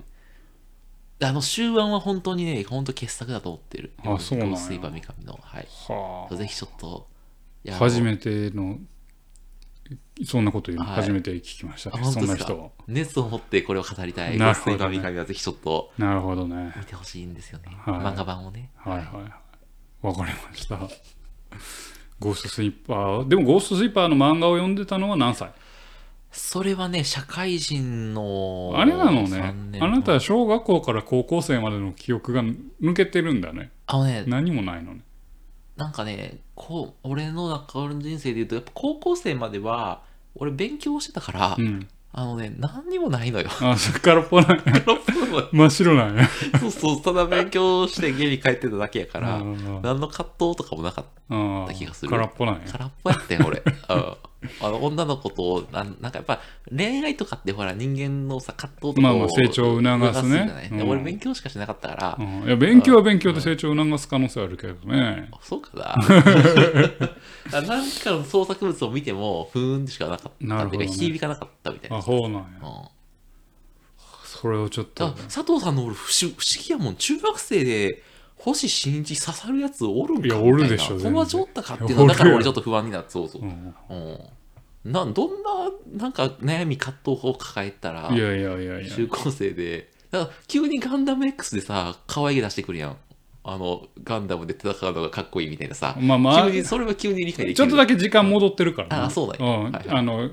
Speaker 2: あの終盤は本当にね、本当傑作だと思ってる。
Speaker 1: あそうなんや
Speaker 2: スイーパー三上の。はい。
Speaker 1: はあ
Speaker 2: ぜひちょっと、いや
Speaker 1: 初めての、そんなこと言うの、
Speaker 2: はい
Speaker 1: 初めて聞きました
Speaker 2: あ
Speaker 1: ね、
Speaker 2: 本
Speaker 1: そ
Speaker 2: 当
Speaker 1: ん
Speaker 2: で
Speaker 1: な
Speaker 2: すか
Speaker 1: 人は。
Speaker 2: 熱を持ってこれを語りたい。
Speaker 1: なる
Speaker 2: ス
Speaker 1: ほ
Speaker 2: イ
Speaker 1: ど
Speaker 2: ー
Speaker 1: ね
Speaker 2: パー三上はぜひちょっと
Speaker 1: なるほどね。
Speaker 2: 見てほしいんですよね。
Speaker 1: はい
Speaker 2: 漫画版をね。
Speaker 1: はいはいはい。わかりました。ゴーストスイーパー、でもゴーストスイーパーの漫画を読んでたのは何歳
Speaker 2: それはね、社会人の。
Speaker 1: あれなのね
Speaker 2: 3年。
Speaker 1: あなたは小学校から高校生までの記憶が抜けてるんだね。
Speaker 2: あのね、
Speaker 1: 何もないのね。
Speaker 2: なんかね、こう、俺の中俺の人生で言うと、やっぱ高校生までは、俺勉強してたから、
Speaker 1: うん。
Speaker 2: あのね、何にもないのよ。
Speaker 1: あ、そっからっぽない。真っ白なんや。
Speaker 2: そうそう、ただ勉強して家に帰ってただけやから、何の葛藤とかもなかっ
Speaker 1: あ
Speaker 2: た気がす
Speaker 1: あ、
Speaker 2: る
Speaker 1: 空っぽなん
Speaker 2: た。
Speaker 1: や。
Speaker 2: 空っぽやったよ、俺。うんあの女の子となん、なんかやっぱ恋愛とかってほら、人間のさ、葛藤と
Speaker 1: ま
Speaker 2: か
Speaker 1: あまあ成長を促すね
Speaker 2: 促じゃないで
Speaker 1: うん
Speaker 2: 俺勉強しかしなかったから
Speaker 1: う、んいや勉強は勉強で成長を促す可能性あるけどね。
Speaker 2: そうかな。 あなんかの創作物を見ても、ふーんってしかなかった。
Speaker 1: なるほどね
Speaker 2: てか響かなかったみたいな。
Speaker 1: あ、
Speaker 2: うん、
Speaker 1: そうなんや。それをちょっ
Speaker 2: だ
Speaker 1: と
Speaker 2: から。佐藤さんの俺不思、不思議やもん。中学生で、星新一刺さるやつおるんかみたいない
Speaker 1: やおるでしょ全然
Speaker 2: 友達おったかっていう
Speaker 1: いや
Speaker 2: の
Speaker 1: おる
Speaker 2: だ
Speaker 1: よ
Speaker 2: から俺ちょっと不安になって、そうそう
Speaker 1: う。ん
Speaker 2: うん。などんな、なんか悩み、葛藤を抱えたら
Speaker 1: い、やいやいやいや。
Speaker 2: 中高生で、だから急にガンダム X でさ、可愛げ出してくるやん。あの、ガンダムで戦うのがかっこいいみたいなさ。
Speaker 1: まあまあ
Speaker 2: 急、に、それは急に理解できる。
Speaker 1: ちょっとだけ時間戻ってるからね、
Speaker 2: あそうだよ
Speaker 1: ん
Speaker 2: はいはい
Speaker 1: あの、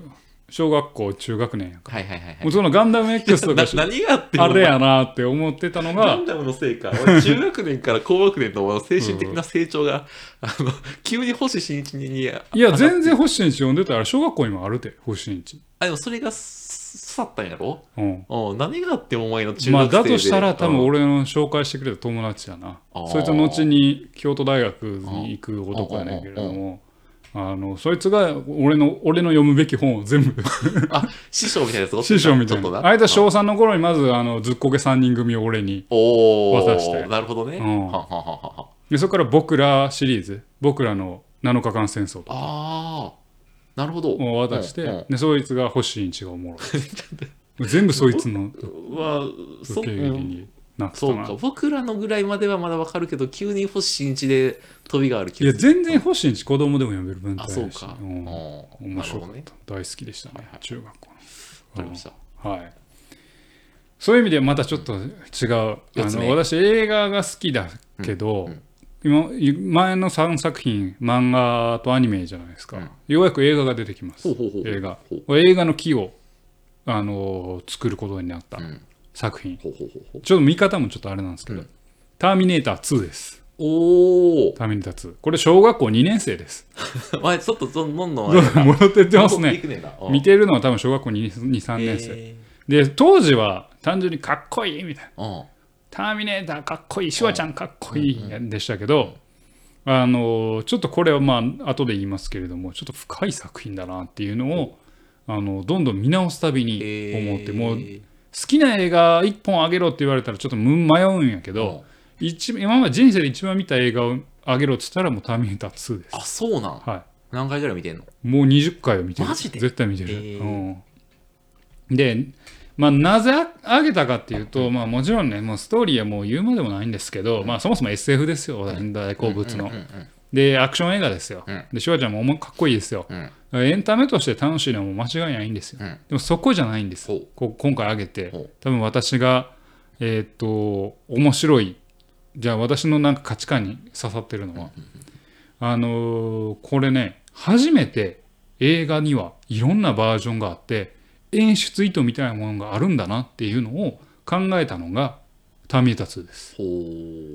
Speaker 1: 小学校、中学年やか
Speaker 2: はいはいはい
Speaker 1: ら。
Speaker 2: は
Speaker 1: もう
Speaker 2: い。
Speaker 1: そのガンダム X と
Speaker 2: な
Speaker 1: かし
Speaker 2: 何があっても
Speaker 1: あれやなって思ってたの
Speaker 2: ガ
Speaker 1: が
Speaker 2: ン、ダムのせいか。俺中学年から高学年の精神的な成長が、あの、急に星新一にに、あ
Speaker 1: いや、全然星新一読んでたら、小学校にもあるで、星新一。
Speaker 2: あ、でもそれがす刺さったんやろ
Speaker 1: うん。
Speaker 2: うん、何があってもお前の中
Speaker 1: ま
Speaker 2: 学
Speaker 1: あ、
Speaker 2: 生で。
Speaker 1: だとしたら、多分
Speaker 2: うん
Speaker 1: 俺の紹介してくれた友達やな
Speaker 2: あー。
Speaker 1: そいつは後に京都大学に行く男やねんけれども、あの、そいつが俺の、俺の読むべき本を全部、
Speaker 2: あ、師匠みたいなやつがおって
Speaker 1: 師匠みたい
Speaker 2: ちょっと
Speaker 1: な。あいつは小3の頃に、まず、あの、ずっこけ3人組を俺に。
Speaker 2: お
Speaker 1: 渡して
Speaker 2: おなるほどね。
Speaker 1: うん
Speaker 2: はんはんはんはんはん
Speaker 1: でそこから「僕ら」シリーズ「僕らの7日間戦争」と
Speaker 2: あー、なるほど。
Speaker 1: を渡して、
Speaker 2: うんうん
Speaker 1: でそいつが星一がお もろい全部そいつの
Speaker 2: うわそ
Speaker 1: 受け入れになってた
Speaker 2: そう
Speaker 1: な
Speaker 2: か、僕らのぐらいまではまだわかるけど、急に星新一で飛びがある気
Speaker 1: いや
Speaker 2: がする。
Speaker 1: 全然星一子供でも読める文体
Speaker 2: あ、
Speaker 1: やし
Speaker 2: そうか。
Speaker 1: う
Speaker 2: うんん
Speaker 1: 面白か
Speaker 2: なる
Speaker 1: っ
Speaker 2: ほ
Speaker 1: た、
Speaker 2: どね。
Speaker 1: 大好きでしたね、
Speaker 2: はいはい
Speaker 1: 中学校の
Speaker 2: わかりました。
Speaker 1: はいそういう意味でまたちょっと違う、あ
Speaker 2: 四つ
Speaker 1: の
Speaker 2: 目
Speaker 1: 私映画が好きだけど、今前の3作品漫画とアニメじゃないですか、
Speaker 2: うん
Speaker 1: ようやく映画が出てきます
Speaker 2: ほうほうほう
Speaker 1: 映画
Speaker 2: ほう
Speaker 1: 映画の木を、あのー作ることになった
Speaker 2: ん
Speaker 1: 作品、
Speaker 2: ほうほうほうほう。
Speaker 1: ちょっと見方もちょっとあれなんですけど、
Speaker 2: うん
Speaker 1: ターミネーター2です
Speaker 2: お お。
Speaker 1: ターミネーター2これ小学校2年生です
Speaker 2: 前ちょっとどんどんどん。
Speaker 1: 戻ってってますね
Speaker 2: 戻っていくな。
Speaker 1: 見てるのは多分小学校23
Speaker 2: うん
Speaker 1: 年生、
Speaker 2: へ
Speaker 1: で当時は単純にかっこいいみたいな
Speaker 2: ーうん。
Speaker 1: ターミネーターかっこいい、シュワちゃんかっこいいでしたけど、あのちょっとこれはまあ後で言いますけれども、ちょっと深い作品だなっていうのを、あのどんどん見直すたびに思って、もう好きな映画1本あげろって言われたら、ちょっとむ迷うんやけど、一今まで人生で一番見た映画を上げろって言ったらもうターミネーター2です
Speaker 2: あ、。そうなん。
Speaker 1: は
Speaker 2: 何回ぐらい見てんの
Speaker 1: い。もう20回を見てる。
Speaker 2: マジで
Speaker 1: 絶対見てる。
Speaker 2: えー
Speaker 1: うん、で、まあ、なぜ上げたかっていうと、まあ、もちろんね、もうストーリーはもう言うまでもないんですけど、まあ、そもそも SF ですよ、大好物の
Speaker 2: うん。うん
Speaker 1: で、アクション映画ですよ
Speaker 2: うん。
Speaker 1: で、シュワちゃんもおもかっこいいですよ。
Speaker 2: うんうん。
Speaker 1: エンタメとして楽しいのはもう間違いないんですよ。
Speaker 2: うん
Speaker 1: でもそこじゃないんです
Speaker 2: ほう。
Speaker 1: こ今回挙げて
Speaker 2: ほう、
Speaker 1: 多分私が、えーっと、面白い、じゃあ私のなんか価値観に刺さってるのは、あのーこれね、初めて映画にはいろんなバージョンがあって、演出意図みたいなものがあるんだなっていうのを考えたのが、ターミネーター2です。
Speaker 2: ほ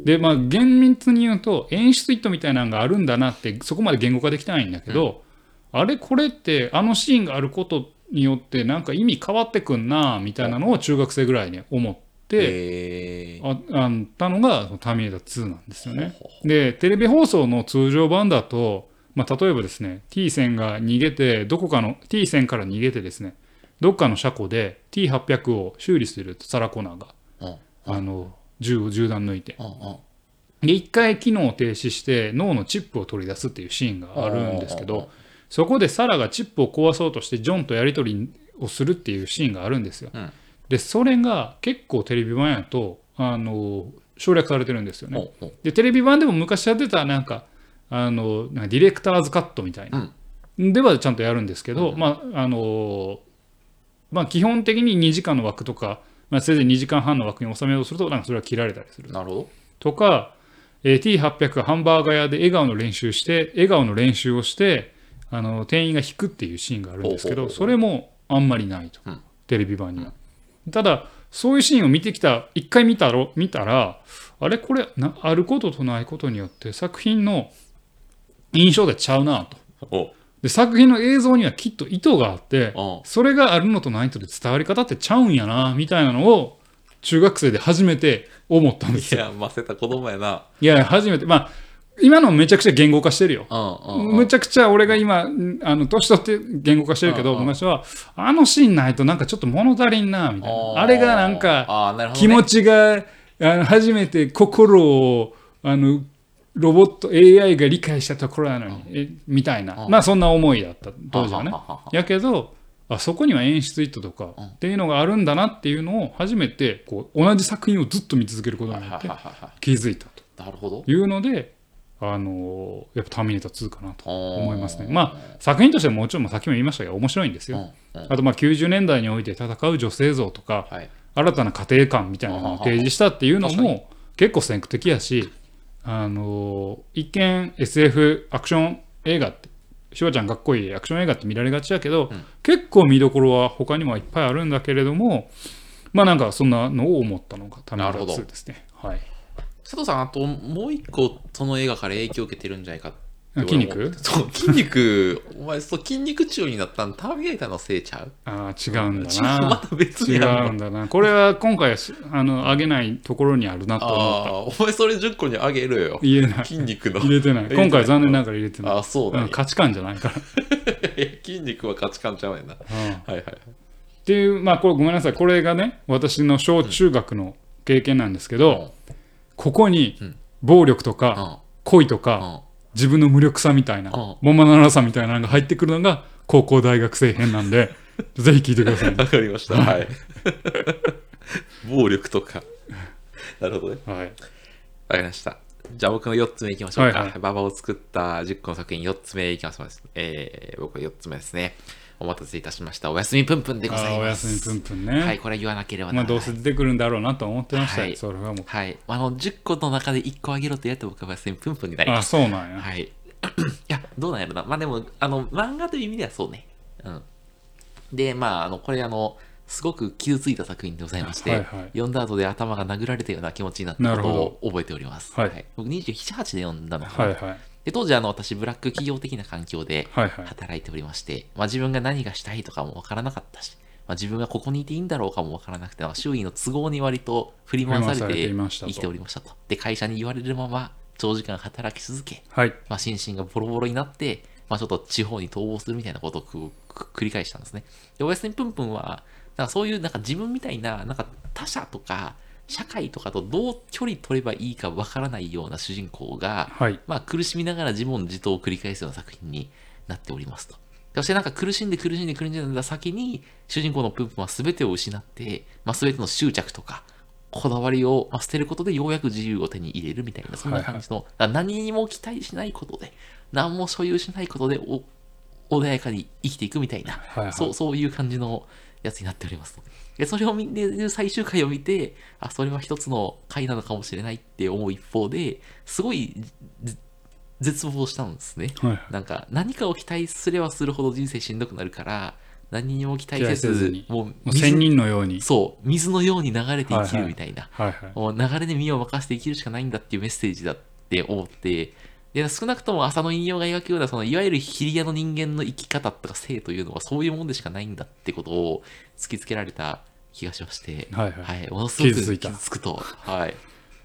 Speaker 2: う。
Speaker 1: でまあ厳密に言うと演出意図みたいなのがあるんだなってそこまで言語化できてないんだけど、あれこれってあのシーンがあることによってなんか意味変わってくんなみたいなのを中学生ぐらいに思って、
Speaker 2: へー
Speaker 1: ああんたのが「ターミネーター2」なんですよね。でテレビ放送の通常版だと、まあ、例えばですね T 線が逃げてどこかの T 線から逃げてですねどっかの車庫で T800 を修理するとサラ・コナーが、
Speaker 2: うんうん
Speaker 1: あの銃を銃弾抜いて。
Speaker 2: うん
Speaker 1: で一回機能を停止して脳のチップを取り出すっていうシーンがあるんですけ
Speaker 2: あー
Speaker 1: どそこでサラがチップを壊そうとしてジョンとやり取りをするっていうシーンがあるんですよ。
Speaker 2: うん
Speaker 1: でそれが結構テレビ版やとあの省略されてるんですよ
Speaker 2: うん
Speaker 1: ね。でテレビ版でも昔やってたなんかあのなんかディレクターズカットみたいな、ではちゃんとやるんですけど、まああのまあ、基本的に2時間の枠とか、まあ、せいぜい2時間半の枠に収めようとするとなんかそれは切られたりする
Speaker 2: うんなるほ
Speaker 1: とか、えー T800 ハンバーガー屋で笑顔の練習して笑顔の練習をしてあの店員が引くっていうシーンがあるんですけ
Speaker 2: ほうほうほう
Speaker 1: ど
Speaker 2: ほう
Speaker 1: それもあんまりないと、
Speaker 2: うん
Speaker 1: テレビ版には、ただそういうシーンを見てきた一回見たろ見たらあれこれなあることとないことによって作品の印象がちゃうなと
Speaker 2: ど。お
Speaker 1: で作品の映像にはきっと意図があって
Speaker 2: あ
Speaker 1: それがあるのとないとで伝わり方ってちゃうんやなみたいなのを中学生で初めて思ったんですよ
Speaker 2: いや、ませた子供やな。
Speaker 1: いや、初めて。まあ、今のめちゃくちゃ言語化してるよ。
Speaker 2: うんうんう
Speaker 1: め
Speaker 2: ん。
Speaker 1: ちゃくちゃ俺が今、んあの年取って言語化してるけ
Speaker 2: う
Speaker 1: ど、
Speaker 2: んうん
Speaker 1: 昔は、あのシーンないとなんかちょっと物足りんな、みたい
Speaker 2: ー
Speaker 1: な。あれがなんか、
Speaker 2: あーなるほど
Speaker 1: 気
Speaker 2: ね
Speaker 1: 持ちが、あの初めて心を、あの、ロボット、AI が理解したところなのに、えみたいな。
Speaker 2: うん
Speaker 1: まあ、そんな思いだった、当時はね
Speaker 2: あ。ああ
Speaker 1: やけど、あそこには演出意図とか
Speaker 2: うん
Speaker 1: っていうのがあるんだなっていうのを初めてこう同じ作品をずっと見続けること
Speaker 2: あ
Speaker 1: によっ
Speaker 2: はい
Speaker 1: て
Speaker 2: はいはいは
Speaker 1: 気づいたと。
Speaker 2: いなるほど。
Speaker 1: いうので、あのーやっぱターミネーター2かなと思
Speaker 2: 思
Speaker 1: いますね。まあ、作品としてはもちろん、さっきも言いましたけど、面白いんです
Speaker 2: うんう
Speaker 1: よ。
Speaker 2: ん
Speaker 1: あと、まあ、90年代において戦う女性像とか、
Speaker 2: はい。
Speaker 1: 新たな家庭観みたいなのを提示したっていうの
Speaker 2: うんうん
Speaker 1: も、結構先駆的やし、あのー一見 SF アクション映画って、しわちゃんかっこいいアクション映画って見られがちやけど、
Speaker 2: うん
Speaker 1: 結構見どころは他にもいっぱいあるんだけれども、まあなんかそんなのを思ったのがターミネーター2ですね。はい。
Speaker 2: 佐藤さん、あともう一個、その映画から影響を受けてるんじゃないかって
Speaker 1: 筋肉
Speaker 2: 俺思ってそう、筋肉、お前、そう筋肉中になったん、ターミネーターのせいちゃう
Speaker 1: ああ、違うんだ
Speaker 2: 違う、
Speaker 1: な。
Speaker 2: また別
Speaker 1: 違
Speaker 2: やん。
Speaker 1: うんだな。これは今回はしあの上げないところにあるなと
Speaker 2: あ
Speaker 1: 思った。
Speaker 2: あ、お前、それ10個にあげるよ。
Speaker 1: 言えない。
Speaker 2: 筋 肉の。
Speaker 1: 入れてない。今回残念ながら入れてない。
Speaker 2: ああ、そう
Speaker 1: う
Speaker 2: だ
Speaker 1: ん
Speaker 2: ね。
Speaker 1: 価値観じゃないから。
Speaker 2: いや筋肉は価値観ちゃうねんな。は
Speaker 1: うんっ
Speaker 2: いはいはい。
Speaker 1: ていう、まあこれごめんなさい。これがね、私の小中学の経験なんですけど、ここに
Speaker 2: うん
Speaker 1: 暴力と
Speaker 2: うん
Speaker 1: か恋と
Speaker 2: う
Speaker 1: か
Speaker 2: ん
Speaker 1: 自分の無力さみたいな
Speaker 2: うん、
Speaker 1: もまならさみたいなのが入ってくるのが高校大学生編なんで、 ぜひ聞いてくださいね。
Speaker 2: わかりました。 はい。暴力とか。なるほどね。
Speaker 1: はい。
Speaker 2: わかりました。じゃあ僕の4つ目いきましょうか。
Speaker 1: はいは
Speaker 2: ババを作った10個の作品4つ目いきます。えー、僕4つ目ですね。お待たせいたしました。おやすみぷんぷんでご
Speaker 1: あ
Speaker 2: ざ
Speaker 1: ー
Speaker 2: い
Speaker 1: お
Speaker 2: ま
Speaker 1: や
Speaker 2: す。
Speaker 1: すみぷんぷんね。
Speaker 2: はい、これ言わなければな
Speaker 1: まあ
Speaker 2: らない。
Speaker 1: どうせ出てくるんだろうなと思ってましたよ
Speaker 2: はい
Speaker 1: それはもう。
Speaker 2: はい。あの、10個の中で1個あげろと言われて僕はおやすみぷんぷんになり
Speaker 1: あ、
Speaker 2: ます。
Speaker 1: そうなんや。
Speaker 2: はい。いや、どうなんやろな。まあでも、あの、漫画という意味ではそうね。うん。で、まあ、あの、これあの、すごく傷ついた作品でございまして、
Speaker 1: はいはい
Speaker 2: 読んだ後で頭が殴られたような気持ちになった
Speaker 1: な
Speaker 2: こ
Speaker 1: る
Speaker 2: と
Speaker 1: ほ
Speaker 2: を覚えております。
Speaker 1: はい
Speaker 2: 僕27、8で読んだのかな
Speaker 1: はいはい。
Speaker 2: で当時あの私ブラック企業的な環境で
Speaker 1: はいはい。
Speaker 2: 働いておりまして、まあ、自分が何がしたいとかもわからなかったし、まあ、自分がここにいていいんだろうかもわからなくて周囲の都合に割と振り回され
Speaker 1: 振り回されて
Speaker 2: て
Speaker 1: いました
Speaker 2: 生
Speaker 1: と
Speaker 2: きておりましたとで会社に言われるまま長時間働き続け、
Speaker 1: はい。
Speaker 2: まあ、心身がボロボロになって、まあ、ちょっと地方に逃亡するみたいなことをくく繰り返したんですね。で、おやすみぷんぷんは、なんかそういうなんか自分みたいな、なんか他者とか、社会とかとどう距離取ればいいかわからないような主人公が、
Speaker 1: はい
Speaker 2: まあ、苦しみながら自問自答を繰り返すような作品になっておりますと。そしてなんか苦しんで苦しんで苦しんだ先に、主人公のプンプンは全てを失って、まあ、全ての執着とか、こだわりをまあ捨てることでようやく自由を手に入れるみたいな、そんな感じの、だから何にも期待しないことで、何も所有しないことでお、穏やかに生きていくみたいな、
Speaker 1: はいはい
Speaker 2: そうそういう感じのやつになっております。でそれを見て、最終回を見て、あ、それは一つの回なのかもしれないって思う一方で、すごいぜ絶望したんですね。
Speaker 1: はいはい
Speaker 2: なんか何かを期待すればするほど人生しんどくなるから、何にも期待せ
Speaker 1: 期
Speaker 2: ず、
Speaker 1: 待せずに
Speaker 2: もう
Speaker 1: もう
Speaker 2: 水
Speaker 1: 仙人のように
Speaker 2: そう、水のように流れて生きるみたいな。
Speaker 1: はいはい
Speaker 2: もう流れで身を任せて生きるしかないんだっていうメッセージだって思って、で少なくとも浅野引用が描くような、そのいわゆるヒリアの人間の生き方とか性というのはそういうもんでしかないんだってことを突きつけられた気がしまして、
Speaker 1: はいはい
Speaker 2: はい、ものすごく
Speaker 1: 傷つ
Speaker 2: 傷
Speaker 1: いた
Speaker 2: つくと、はい、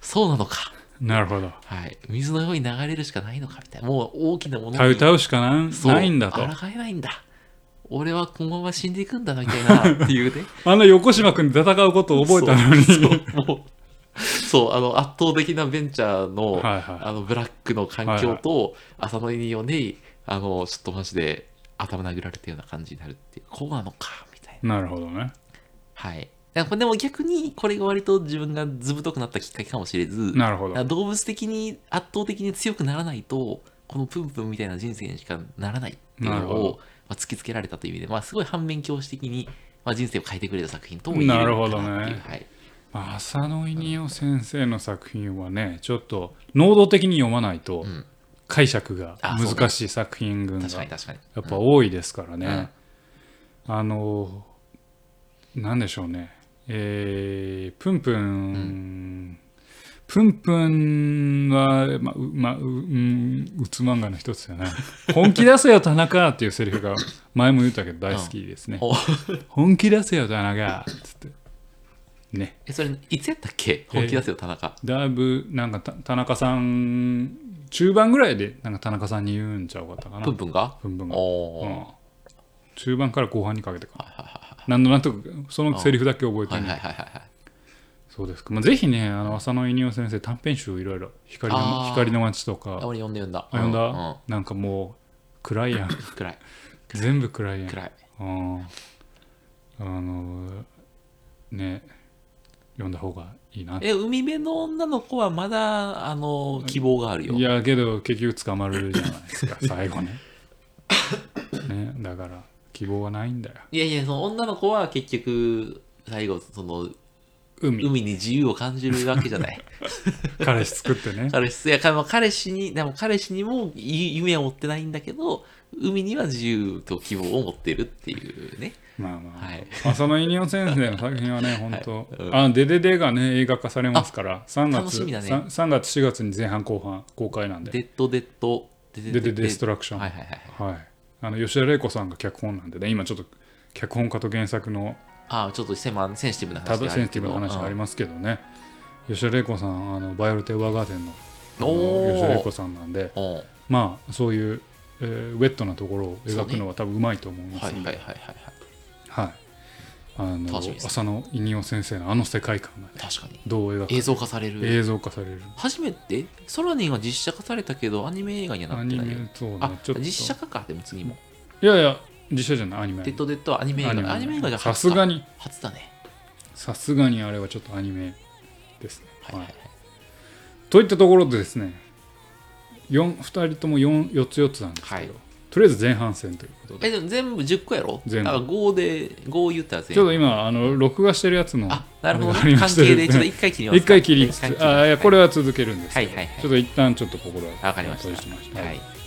Speaker 2: そうなのか、
Speaker 1: なるほど
Speaker 2: はい、水のように流れるしかないのかみたいな、もう大きなもの
Speaker 1: 歌う歌うしかなん
Speaker 2: そう
Speaker 1: ないんだと
Speaker 2: 抗えないんだ。俺はこのまま死んでいくんだなみたいなっていうね。
Speaker 1: あの横島君で戦うことを覚えたのに
Speaker 2: そうそうもうそうあの圧倒的なベンチャーの,、
Speaker 1: はいはい
Speaker 2: あのブラックの環境と浅野によねあのちょっとマジで頭殴られたような感じになるっていうこうなのかみたいな
Speaker 1: なるほどね
Speaker 2: はいだからでも逆にこれが割と自分がずぶとくなったきっかけかもしれず
Speaker 1: なるほど
Speaker 2: だから動物的に圧倒的に強くならないとこのプンプンみたいな人生にしかならないっていう
Speaker 1: なる
Speaker 2: の
Speaker 1: ほど
Speaker 2: を、まあ、突きつけられたという意味で、まあ、すごい反面教師的に、まあ、人生を変えてくれた作品とも言えるのかなっ
Speaker 1: なるほど
Speaker 2: ていう
Speaker 1: ね
Speaker 2: はい、
Speaker 1: まあ浅野稲夫先生の作品はねちょっと能動的に読まないと
Speaker 2: ん
Speaker 1: 解釈が
Speaker 2: あそうね
Speaker 1: 難しい作品群が
Speaker 2: 確かに
Speaker 1: や
Speaker 2: 確かに
Speaker 1: っぱ多いですからね、あのなんでしょうねえープンプン、プンプンは、まあうまあううん、うつ漫画の一つじゃない本気出せよ田中っていうセリフが前も言ったけど大好きですね、
Speaker 2: お
Speaker 1: 本気出せよ田中つってね
Speaker 2: えそれいつやったっけ本気出せよ田中、
Speaker 1: だいぶなんかた田中さん中盤ぐらいでなんか田中さんに言うんちゃうかったかな
Speaker 2: プンプンが
Speaker 1: プンプンが、
Speaker 2: おー、
Speaker 1: う
Speaker 2: は
Speaker 1: ん中盤から後半にかけてかな
Speaker 2: はいは
Speaker 1: 何度なんとなくそのセリフだけ覚えて
Speaker 2: いはい
Speaker 1: る、
Speaker 2: はいはいはい
Speaker 1: そうですか、まあ、ぜひねあの浅野稲夫先生短編集いろいろ光の
Speaker 2: あー
Speaker 1: 光の街と
Speaker 2: あ
Speaker 1: か
Speaker 2: 俺読んだ読んだ
Speaker 1: あ読んだ、
Speaker 2: ううん
Speaker 1: なんかもう暗 いやん
Speaker 2: 暗い
Speaker 1: 全部暗いやん
Speaker 2: 暗い
Speaker 1: うんあのね読んだ方がいいなって
Speaker 2: え海辺の女の子はまだあの希望があるよ
Speaker 1: いやけど結局捕まるじゃない ですか最後ねねだから希望はないんだよ
Speaker 2: いやいやその女の子は結局最後その
Speaker 1: 海
Speaker 2: 海に自由を感じるわけじゃない
Speaker 1: 彼氏作 ってね
Speaker 2: 彼氏いやか彼氏にでも彼氏にもい夢は持ってないんだけど海には自由と希望を持ってるっていうね
Speaker 1: まあまあ、
Speaker 2: はい
Speaker 1: 浅野稲夫先生の作品は ね本当、
Speaker 2: うん
Speaker 1: あデデデがね映画化されますから3
Speaker 2: 楽
Speaker 1: 月
Speaker 2: しみだね
Speaker 1: 3, 月4月に前半後半公開なんで
Speaker 2: デッドデッドデ
Speaker 1: デデデストラクション
Speaker 2: は
Speaker 1: はいい、
Speaker 2: はいはい
Speaker 1: あの吉田玲子さんが脚本なんでね今ちょっと脚本家と原作の
Speaker 2: ああちょっとセマセンシティブな
Speaker 1: タ
Speaker 2: 話
Speaker 1: ブ
Speaker 2: があ
Speaker 1: セン
Speaker 2: る
Speaker 1: シテ
Speaker 2: け
Speaker 1: ィ
Speaker 2: ど
Speaker 1: ブな話がありますけどね、吉田玲子さんあのバイオルテ・ワガーデンのあ
Speaker 2: お
Speaker 1: の
Speaker 2: ー
Speaker 1: 吉田玲子さんなんで
Speaker 2: うんうんは
Speaker 1: まあそういう、えーウェットなところを描くのは多分うまいと思い
Speaker 2: い
Speaker 1: ま
Speaker 2: は
Speaker 1: す
Speaker 2: いは
Speaker 1: の
Speaker 2: いは
Speaker 1: で、
Speaker 2: いはい
Speaker 1: はいあの
Speaker 2: 楽しみです
Speaker 1: 浅野稲夫先生のあの世界観がね
Speaker 2: 確かに
Speaker 1: どう描く
Speaker 2: 映像化される
Speaker 1: 映像化される
Speaker 2: 初めてソラニーは実写化されたけどアニメ映画にはな
Speaker 1: ア
Speaker 2: って
Speaker 1: ニ
Speaker 2: ない
Speaker 1: メ
Speaker 2: よ
Speaker 1: そうね
Speaker 2: あ
Speaker 1: ちょっと
Speaker 2: 実写化かでも次も
Speaker 1: いやいや実写じゃないアニメ
Speaker 2: デッドデッドはアニメ映
Speaker 1: アニメ
Speaker 2: 画アニメ映画じゃ
Speaker 1: さ
Speaker 2: 初
Speaker 1: すが
Speaker 2: か
Speaker 1: に
Speaker 2: 初だね
Speaker 1: さすがにあれはちょっとアニメですね、
Speaker 2: はいはい
Speaker 1: は
Speaker 2: はい
Speaker 1: いといったところでですね2人とも 4, 4つ4つなんですけど、
Speaker 2: はい
Speaker 1: とりあえず前半戦ということで
Speaker 2: えでも全部10個やろ
Speaker 1: 全部
Speaker 2: だから5で5言ったら全
Speaker 1: ちょっ
Speaker 2: 部
Speaker 1: と今あの録画してるやつの
Speaker 2: あなるほど
Speaker 1: あれ
Speaker 2: ね
Speaker 1: があ
Speaker 2: 関
Speaker 1: りまして
Speaker 2: 係でちょっと一回切ります
Speaker 1: 一回切りつつ、
Speaker 2: 一回切
Speaker 1: あいやこ
Speaker 2: れ
Speaker 1: れは続けるんですけど、
Speaker 2: はいはいはい
Speaker 1: ちょっと一旦ちょっとここで
Speaker 2: わかりました
Speaker 1: 閉じました
Speaker 2: はい